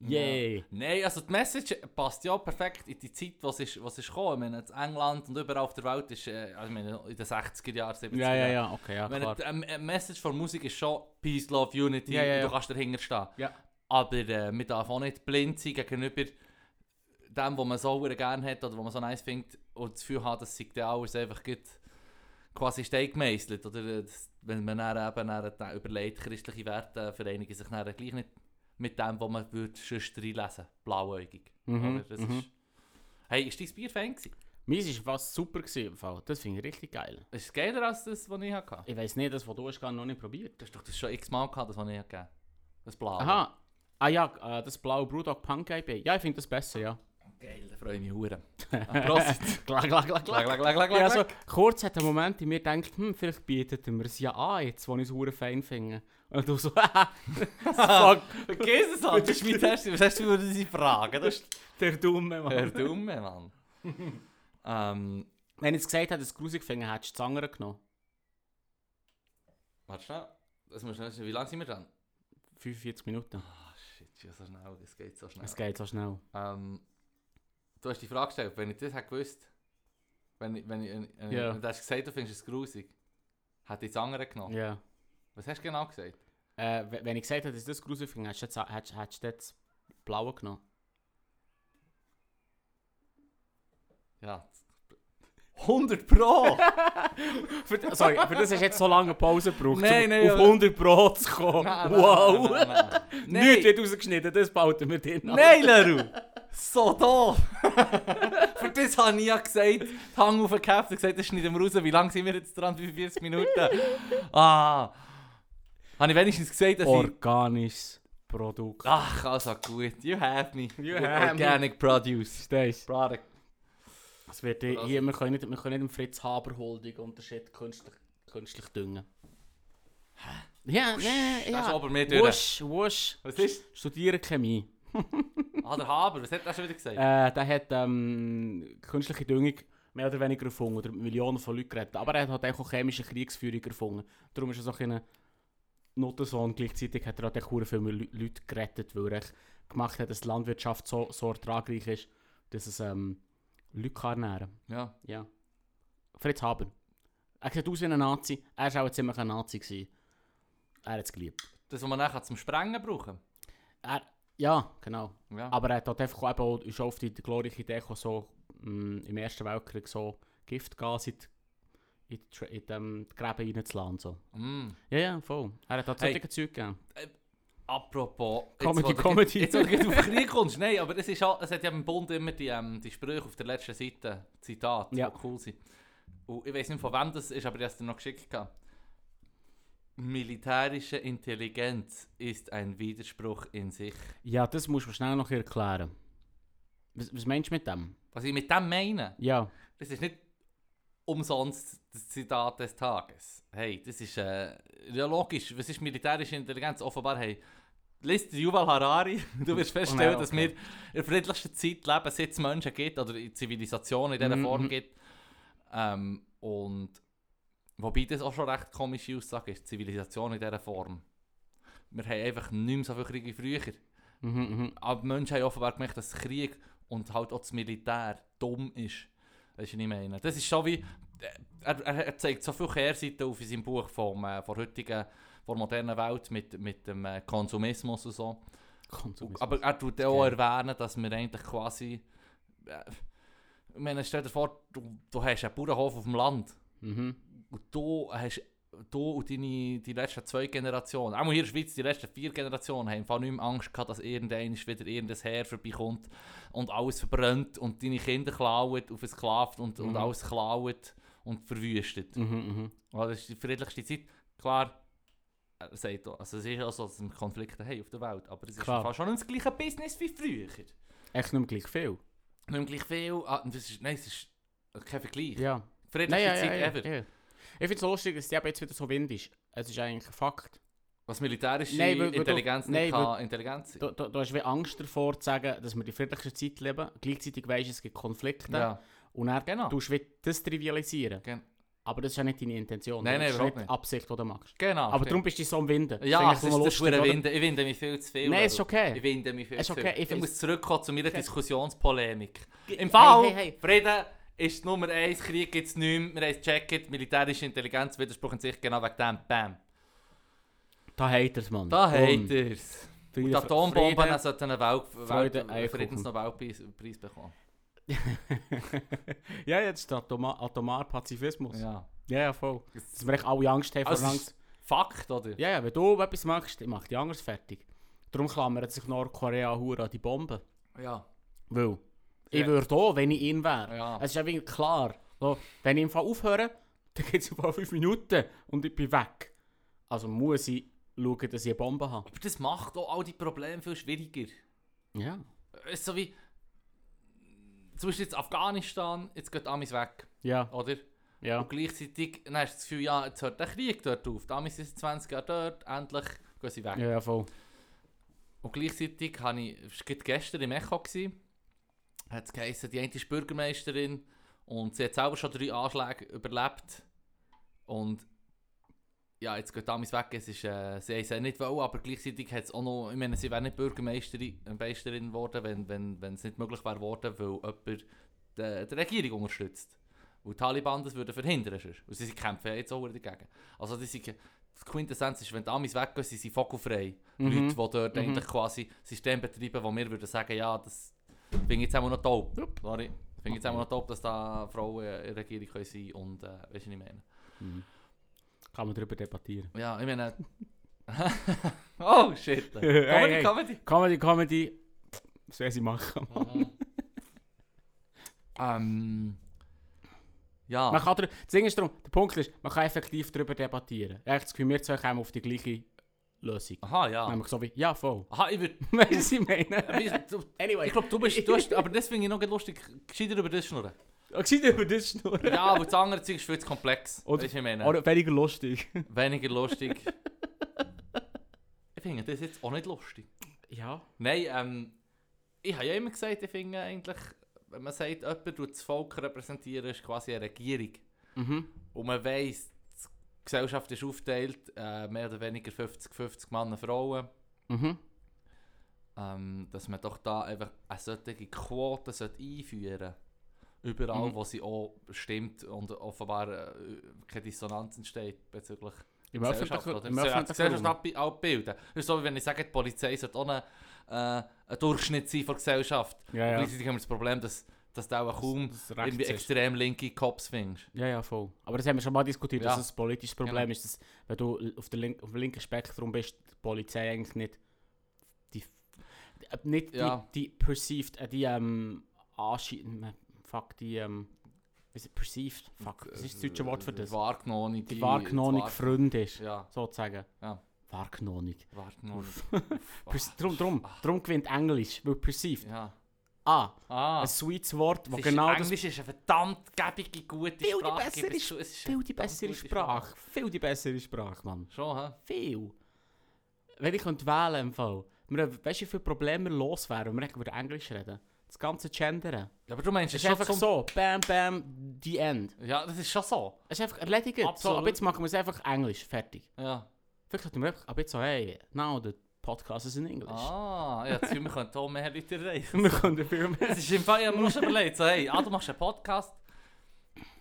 Speaker 1: Yay.
Speaker 2: Nein, also die Message passt ja perfekt in die Zeit, was ist, was ist gekommen. Ich meine, in England und überall auf der Welt ist, äh, also ich meine, in den 60er Jahren, 70er
Speaker 1: Ja, ja,
Speaker 2: Jahren.
Speaker 1: ja, okay, ja,
Speaker 2: Ich meine,
Speaker 1: klar.
Speaker 2: die, ähm, äh, Message von Musik ist schon Peace, Love, Unity,
Speaker 1: Ja, ja,
Speaker 2: und du
Speaker 1: ja.
Speaker 2: kannst dahinter stehen.
Speaker 1: Ja.
Speaker 2: Aber äh, man darf auch nicht blind sein gegenüber dem, was man so sehr gerne hat oder was man so nice findet und das Gefühl hat, dass sich der alles einfach gut quasi stein gemeißelt. Oder äh, das- wenn man dann eben dann da überlegt, christliche Werte vereinigen sich dann gleich nicht mit dem, was man würde sonst reinlesen blauäugig.
Speaker 1: Mhm,
Speaker 2: Oder? Das
Speaker 1: mhm.
Speaker 2: ist, hey, ist dein Bier Fan gewesen?
Speaker 1: Meins war fast super gewesen, im Fall. Das finde ich richtig geil.
Speaker 2: Ist es geiler als das, was ich hatte?
Speaker 1: Ich weiss nicht, das, was du hast, gar noch nicht probiert.
Speaker 2: Du hast doch das schon x-mal gehabt, das was ich gegeben habe. Das Blaue.
Speaker 1: Aha. Ah ja, äh, das blaue Brewdog Punk IPA. Ja, ich finde das besser, ja.
Speaker 2: Geil, da freue ich mich hure. Ah, Prost.
Speaker 1: Klar, klar, klar,
Speaker 2: Klack, klack, klack, klack,
Speaker 1: Ja, also,
Speaker 2: klack.
Speaker 1: kurz hat der Moment in mir gedacht, hm, vielleicht bietet er mir es ja an, jetzt, wo ich es hure fein finde. Und du so, haha, fuck,
Speaker 2: Vergiss es halt, das ist mein Test. Was hast du über diese Fragen? Das ist
Speaker 1: der Dumme, Mann.
Speaker 2: der Dumme, Mann. ähm,
Speaker 1: Wenn ich es gesagt hätte, dass es grusig finde, hättest du das andere genommen.
Speaker 2: warte schnell. Das muss schnell, wie lange sind wir dran?
Speaker 1: 45 Minuten.
Speaker 2: Ah, shit, ist ja so schnell, das geht so schnell.
Speaker 1: Es geht so schnell.
Speaker 2: Ähm, du hast die Frage gestellt, wenn ich das hätte gewusst, wenn, ich- wenn, ich- wenn,
Speaker 1: Ja.
Speaker 2: yeah. wenn du hast gesagt, du findest es grusig, hätte ich das andere genommen.
Speaker 1: Ja.
Speaker 2: Was hast du genau gesagt?
Speaker 1: Äh, we- wenn ich gesagt hätte, dass das grusig finde, hättest du jetzt- hättest- hättest du das blaue genommen.
Speaker 2: Ja. 100 Pro!
Speaker 1: Für, sorry, für das hast du jetzt so lange Pause gebraucht,
Speaker 2: Nein,
Speaker 1: um
Speaker 2: nein,
Speaker 1: auf
Speaker 2: aber-
Speaker 1: 100 Pro zu kommen. wow!
Speaker 2: Nein, nein, nein, nein.
Speaker 1: Nichts wird rausgeschnitten, das behalten wir drin.
Speaker 2: Nein, Leru! So doof! Für das habe ich ja gesagt, die Hang auf den Käfig gesagt, das schneiden wir raus. Wie lange sind wir jetzt dran? 45 Minuten? Ah! Habe ich wenigstens gesagt, dass ich...
Speaker 1: Organisches Produkt.
Speaker 2: Ach, also gut. You have me.
Speaker 1: You
Speaker 2: With
Speaker 1: have me.
Speaker 2: organic produce.
Speaker 1: Verstehst du?
Speaker 2: Product.
Speaker 1: Es wird hier, hier- wir können nicht, wir können nicht dem Fritz Haber Holding und der Shit künstlich, künstlich düngen. Hä? Ja, nee,
Speaker 2: Das ist
Speaker 1: ja.
Speaker 2: aber mehr
Speaker 1: Wusch,
Speaker 2: durch.
Speaker 1: wusch.
Speaker 2: Was ist?
Speaker 1: Studieren Chemie.
Speaker 2: Ah, der Haber, was hat er schon wieder gesagt?
Speaker 1: Äh, der hat ähm, künstliche Düngung mehr oder weniger erfunden oder mit Millionen von Leuten geredet. Aber er hat halt auch chemische Kriegsführung erfunden. Darum ist er so ein Notensohn. Gleichzeitig hat er halt auch sehr viele Leu- Leute gerettet, weil er echt gemacht hat, dass die Landwirtschaft so, so ertragreich ist, dass es ähm, Leute kann ernähren
Speaker 2: Ja.
Speaker 1: Ja. Fritz Haber. Er sieht aus wie ein Nazi. Er war auch ziemlich ein Nazi. Gewesen. Er hat es geliebt.
Speaker 2: Das, was man nachher zum Sprengen brauchen.
Speaker 1: Er, ja, genau.
Speaker 2: Ja.
Speaker 1: Aber er hat halt einfach auch, eben auch- ist auch auf die die glorreiche Idee gekommen, so mm, im Ersten Weltkrieg so Giftgas in die, in die, Tra- in die, ähm, die Gräben reinzulassen. und So.
Speaker 2: Mm.
Speaker 1: Ja, ja, voll. Er hat halt
Speaker 2: Hey.
Speaker 1: solche Zeug gegeben.
Speaker 2: Apropos. jetzt,
Speaker 1: Comedy,
Speaker 2: wo du-
Speaker 1: Comedy.
Speaker 2: Jetzt, wo du auf Krieg kommst. Nein, aber es, ist auch, es hat ja im Bund immer die, ähm, die Sprüche auf der letzten Seite, Zitate,
Speaker 1: Ja.
Speaker 2: die cool sind. Und ich weiß nicht, von wem das ist, aber ich habe es dir noch geschickt. gehabt. Militärische Intelligenz ist ein Widerspruch in sich.
Speaker 1: Ja, das musst du schnell noch erklären. Was, was meinst du mit dem?
Speaker 2: Was ich mit dem meine,
Speaker 1: Ja.
Speaker 2: Das ist nicht umsonst das Zitat des Tages. Hey, das ist äh, ja logisch. Was ist militärische Intelligenz? Offenbar, hey, liest Yuval Harari, du wirst feststellen,
Speaker 1: Oh, nein,
Speaker 2: dass wir
Speaker 1: okay.
Speaker 2: in der friedlichsten Zeit leben, seit es Menschen gibt oder in Zivilisation in dieser
Speaker 1: Mhm,
Speaker 2: Form
Speaker 1: mhm.
Speaker 2: gibt. Ähm, und wobei das auch schon eine recht komische Aussage ist, Zivilisation in dieser Form. Wir haben einfach nicht mehr so viel Krieg wie früher.
Speaker 1: Mhm, mhm.
Speaker 2: Aber Ah, die Menschen haben offenbar gemerkt, dass Krieg und halt auch das Militär dumm ist. Weißt du, was ich meine? Das ist schon wie. äh, Er, er, er zeigt so viele Kehrseiten auf in seinem Buch vom, äh, von heutigen, von der modernen Welt mit, mit dem äh, Konsumismus und so.
Speaker 1: Konsumismus.
Speaker 2: Aber er tut auch erwähnen, dass wir eigentlich quasi. Äh, ich meine, stell dir vor, du, du hast einen Bauernhof auf dem Land
Speaker 1: Mhm.
Speaker 2: und du hast du und deine die letzten zwei Generationen, auch hier in der Schweiz, die letzten vier Generationen, haben im Fall nicht mehr Angst gehabt, dass irgendein wieder irgendein Heer vorbeikommt und alles verbrennt und deine Kinder klauen und versklavt und, und
Speaker 1: Mhm.
Speaker 2: alles klauen und verwüstet.
Speaker 1: Mhm, mhm.
Speaker 2: Ja, das ist die friedlichste Zeit. Klar, er sagt auch, also es ist auch so, dass wir Konflikte haben auf der Welt, aber es ist
Speaker 1: Klar.
Speaker 2: im Fall schon nicht das gleiche Business wie früher. Nicht
Speaker 1: Echt nicht mehr gleich viel.
Speaker 2: mehr gleich viel, ah, das ist, nein, es ist kein Vergleich.
Speaker 1: Ja.
Speaker 2: Friedlichste
Speaker 1: Nein, ja,
Speaker 2: Zeit
Speaker 1: ja, ja,
Speaker 2: ever.
Speaker 1: ja. Ich finde es lustig, dass die eben jetzt wieder so wind ist. Es ist eigentlich ein Fakt.
Speaker 2: Was militärische
Speaker 1: Nein, weil- weil du-
Speaker 2: Intelligenz nicht
Speaker 1: nein,
Speaker 2: kann, Intelligenz sein.
Speaker 1: Du, du, du hast wie Angst davor zu sagen, dass wir die friedlichste Zeit leben. Gleichzeitig weisst du, es gibt Konflikte.
Speaker 2: Ja.
Speaker 1: Und dann
Speaker 2: Genau.
Speaker 1: tust du wie das trivialisieren.
Speaker 2: Gen-
Speaker 1: Aber das ist ja nicht deine Intention.
Speaker 2: Nein, nein,
Speaker 1: das ist
Speaker 2: überhaupt
Speaker 1: nicht
Speaker 2: nicht.
Speaker 1: die Absicht, die du machst.
Speaker 2: Genau.
Speaker 1: Aber
Speaker 2: stimmt.
Speaker 1: darum bist du so am Winden.
Speaker 2: Ja,
Speaker 1: eigentlich
Speaker 2: es ist
Speaker 1: nur
Speaker 2: das ist verdammt
Speaker 1: oder?
Speaker 2: Winde. Ich winde mich viel zu viel.
Speaker 1: Nein, ist
Speaker 2: Leru.
Speaker 1: okay.
Speaker 2: Ich winde mich viel
Speaker 1: Ist
Speaker 2: zu
Speaker 1: okay,
Speaker 2: viel.
Speaker 1: ich
Speaker 2: Ich
Speaker 1: find's-
Speaker 2: muss zurückkommen zu meiner
Speaker 1: Okay.
Speaker 2: Diskussionspolemik. Im
Speaker 1: hey,
Speaker 2: Fall,
Speaker 1: hey, hey.
Speaker 2: Frieden ist die Nummer eins, Krieg gibt es nicht mehr. Wir haben es gecheckt, militärische Intelligenz, Widerspruch in sich, genau wegen dem. Bam.
Speaker 1: Da hat er es, Mann.
Speaker 2: Da habt
Speaker 1: Boom.
Speaker 2: ihr es.
Speaker 1: Frieden-
Speaker 2: Die Atombomben
Speaker 1: Frieden-
Speaker 2: sollten einen Welt-
Speaker 1: Freude,
Speaker 2: Welt-
Speaker 1: Eierkuchen.
Speaker 2: Friedensnobelpreis bekommen.
Speaker 1: ja, jetzt der Atoma atomar Pazifismus. Ja.
Speaker 2: Ja.
Speaker 1: ja, voll. Dass wir echt alle Angst haben
Speaker 2: Also,
Speaker 1: vor
Speaker 2: es
Speaker 1: Angst.
Speaker 2: ist Fakt, oder?
Speaker 1: Ja, ja, wenn du etwas machst, ich mache die anders fertig. Darum klammert sich Nordkorea hure an die Bomben.
Speaker 2: Ja.
Speaker 1: Weil ich
Speaker 2: Ja.
Speaker 1: würde auch, wenn ich ihn wäre.
Speaker 2: Ja.
Speaker 1: Es ist einfach klar. So, wenn ich im Fall aufhöre, dann geht es etwa 5 Minuten und ich bin weg. Also muss ich schauen, dass ich eine Bombe habe.
Speaker 2: Aber das macht auch all die Probleme viel schwieriger.
Speaker 1: Ja.
Speaker 2: Es ist so wie. Zum Beispiel jetzt Afghanistan, jetzt geht Amis weg,
Speaker 1: Ja,
Speaker 2: oder?
Speaker 1: ja.
Speaker 2: Und gleichzeitig dann hast du das Gefühl, ja, jetzt hört der Krieg dort auf. Die Amis sind 20 Jahre dort, endlich gehen sie weg.
Speaker 1: Ja, ja, voll.
Speaker 2: Und gleichzeitig war ich es war gerade gestern im Echo. gewesen. Hat es geheißen, die eine ist Bürgermeisterin und sie hat selber schon drei Anschläge überlebt. Und ja, jetzt geht damals weg. Es ist, äh, sie haben es auch nicht wollen, aber gleichzeitig hat es auch noch. Ich meine, sie wäre nicht Bürgermeisterin äh, Meisterin geworden, wenn, wenn, wenn es nicht möglich wäre geworden, weil jemand die, die Regierung unterstützt. Weil die Taliban das würden verhindern sonst. Und sie sie kämpfen ja jetzt auch dagegen. Also, die, sind, die Quintessenz ist, wenn die Amis weggehen, sie sind vogelfrei. Leute, die dort
Speaker 1: Mhm.
Speaker 2: eigentlich quasi System betreiben, wo wir würden sagen, ja, das finde ich jetzt auch noch top.
Speaker 1: Jupp.
Speaker 2: Sorry. Ich finde jetzt auch noch top, dass da Frauen in der Regierung können sein können und, äh, weißt du, was ich meine?
Speaker 1: Mhm. Kann man darüber debattieren.
Speaker 2: Ja, ich meine... oh, shit. Comedy,
Speaker 1: Hey, hey.
Speaker 2: Comedy.
Speaker 1: Comedy, Comedy. Was will sie machen?
Speaker 2: ähm... Ja.
Speaker 1: Man kann drü- das Ding ist darum, der Punkt ist, man kann effektiv darüber debattieren. Echt, das Gefühl, wir zwei kommen auf die gleiche Lösung.
Speaker 2: Aha, ja.
Speaker 1: Nämlich so wie, ja, voll.
Speaker 2: Aha, ich würde...
Speaker 1: Weißt du, was ich meine? Anyway.
Speaker 2: Ich glaube, du bist... Du hast, aber das finde ich noch lustig, gescheiter über das schnurren.
Speaker 1: Ah, Gesehen über das schnurren.
Speaker 2: Ja, aber das andere Zeug ist viel zu komplex.
Speaker 1: Oder-
Speaker 2: Oder, weißt du, was ich meine?
Speaker 1: Oder weniger lustig.
Speaker 2: Weniger lustig. ich finde das jetzt auch nicht lustig.
Speaker 1: Ja.
Speaker 2: Nein, ähm, ich habe ja immer gesagt, ich finde eigentlich, wenn man sagt, jemand tut das Volk repräsentieren, ist quasi eine Regierung.
Speaker 1: Mhm.
Speaker 2: Und man weiss, die Gesellschaft ist aufgeteilt, äh, mehr oder weniger 50-50 Männer, Frauen.
Speaker 1: Mhm.
Speaker 2: ähm, dass man doch da einfach eine solche Quote sollte einführen sollte. Überall,
Speaker 1: Mhm.
Speaker 2: wo sie auch stimmt und offenbar äh, keine Dissonanz entsteht bezüglich
Speaker 1: Im
Speaker 2: Gesellschaft.
Speaker 1: öffentlichen,
Speaker 2: Oder?
Speaker 1: im
Speaker 2: Sie soll die
Speaker 1: öffentlichen
Speaker 2: Gesellschaft
Speaker 1: Raum.
Speaker 2: abbi- abbilden. Das ist so, wie wenn ich sage, die Polizei sollte auch ein, äh, ein Durchschnitt sein von der Gesellschaft. Und
Speaker 1: Ja, ja.
Speaker 2: Gleichzeitig haben wir das Problem, dass, dass du auch kaum
Speaker 1: Das
Speaker 2: irgendwie
Speaker 1: rechts ist.
Speaker 2: extrem linke Cops findest.
Speaker 1: Ja, ja, voll. Aber das haben wir schon mal diskutiert, dass
Speaker 2: Ja.
Speaker 1: das ein politisches Problem
Speaker 2: Genau.
Speaker 1: ist, dass wenn du l- auf, der link auf dem linken Spektrum bist, die Polizei eigentlich nicht die, äh, nicht
Speaker 2: Ja.
Speaker 1: die, die perceived, äh, die ähm, Anschi äh, fuck, die ähm, was ist perceived, fuck, was ist das deutsche Wort für das?
Speaker 2: Die Wahrgenommene.
Speaker 1: Die Wahrgenommung
Speaker 2: Wahr-
Speaker 1: Freund ist,
Speaker 2: Ja,
Speaker 1: sozusagen.
Speaker 2: Ja.
Speaker 1: Wahrgenommung.
Speaker 2: Wahrgenommene.
Speaker 1: Perce- Drum, drum, drum gewinnt Englisch, weil perceived.
Speaker 2: Ah, ja.
Speaker 1: Ah,
Speaker 2: Ah.
Speaker 1: ein sweetes Wort,
Speaker 2: Es
Speaker 1: das
Speaker 2: ist-
Speaker 1: genau das
Speaker 2: Englisch ist eine verdammt gebige, gute
Speaker 1: Viel die
Speaker 2: Sprache.
Speaker 1: bessere
Speaker 2: gebe ich zu. Es ist eine
Speaker 1: Viel die
Speaker 2: verdammt
Speaker 1: bessere
Speaker 2: gute
Speaker 1: Sprache. Viel die bessere Sprache, Mann.
Speaker 2: Schon, hä?
Speaker 1: Viel. Wenn ich könnte wählen im Fall. Wir, weißt du, wie viele Probleme wir los wären, wenn wir echt über Englisch reden? Das ganze Gendern.
Speaker 2: Ja, aber du meinst,
Speaker 1: Es
Speaker 2: es
Speaker 1: ist
Speaker 2: schon
Speaker 1: einfach
Speaker 2: zum...
Speaker 1: so. Bam, bam, the end.
Speaker 2: Ja, das ist schon so.
Speaker 1: Es ist einfach erledigt. So,
Speaker 2: Absolut.
Speaker 1: aber jetzt machen wir es einfach Englisch. Fertig.
Speaker 2: Ja.
Speaker 1: Vielleicht sollten wir einfach ab jetzt so, hey, now the podcast is in English.
Speaker 2: Ah, ja, das Gefühl, wir können hier mehr Leute erreichen.
Speaker 1: Wir können viel mehr.
Speaker 2: Es ist im Fall, ich habe mir auch schon überlegt, so, hey, ah, du machst einen Podcast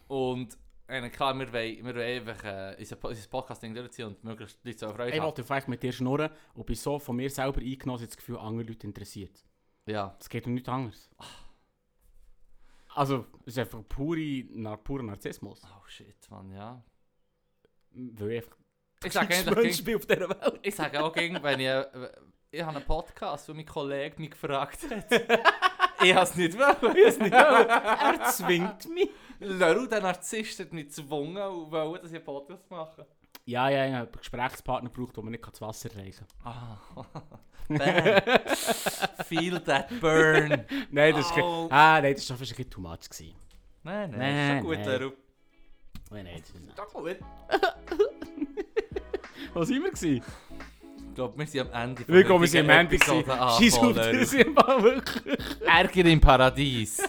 Speaker 2: und... Ja, klar, wir wollen, wir wollen einfach äh, unser, Po- unser Podcasting durchziehen und möglichst die Leute so Freude
Speaker 1: Ich
Speaker 2: haben.
Speaker 1: wollte vielleicht mit dir schnurren und bin so von mir selber eingenommen, dass ich das Gefühl andere Leute interessiert.
Speaker 2: Ja.
Speaker 1: Es geht um nichts anderes. Also, es ist einfach pure, na, purer Narzissmus.
Speaker 2: Oh shit, Mann, ja.
Speaker 1: Weil ich einfach
Speaker 2: Ich sage
Speaker 1: der
Speaker 2: eigentlich...
Speaker 1: Mensch bin auf dieser Welt.
Speaker 2: Ich sage auch gegen, wenn ich, äh, ich habe einen Podcast, wo mein Kollege mich gefragt hat. ich habe es nicht wollen. Ich es nicht
Speaker 1: er zwingt mich.
Speaker 2: Leru, der Narzisst, hat mich gezwungen und wollte, dass ich einen Podcast mache.
Speaker 1: Ja, ja, ich habe einen Gesprächspartner gebraucht, den man nicht das Wasser reichen
Speaker 2: Ah. Bam. Feel that burn.
Speaker 1: kann. Nein, das ist
Speaker 2: Au.
Speaker 1: oh. Ah, nein, das war fast ein bisschen too much. Gewesen.
Speaker 2: Nein,
Speaker 1: Nein,
Speaker 2: nein, ist schon gut,
Speaker 1: nein.
Speaker 2: Leru.
Speaker 1: Nein, nein, das ist nicht.
Speaker 2: Schon gut.
Speaker 1: Wo sind wir? Gewesen?
Speaker 2: Ich glaube, wir sind am Ende. von
Speaker 1: Wir kommen
Speaker 2: heutigen
Speaker 1: am Ende.
Speaker 2: Episode
Speaker 1: Scheiß auf
Speaker 2: angekommen, Leru.
Speaker 1: das im Fall wirklich.
Speaker 2: Ärger im Paradies.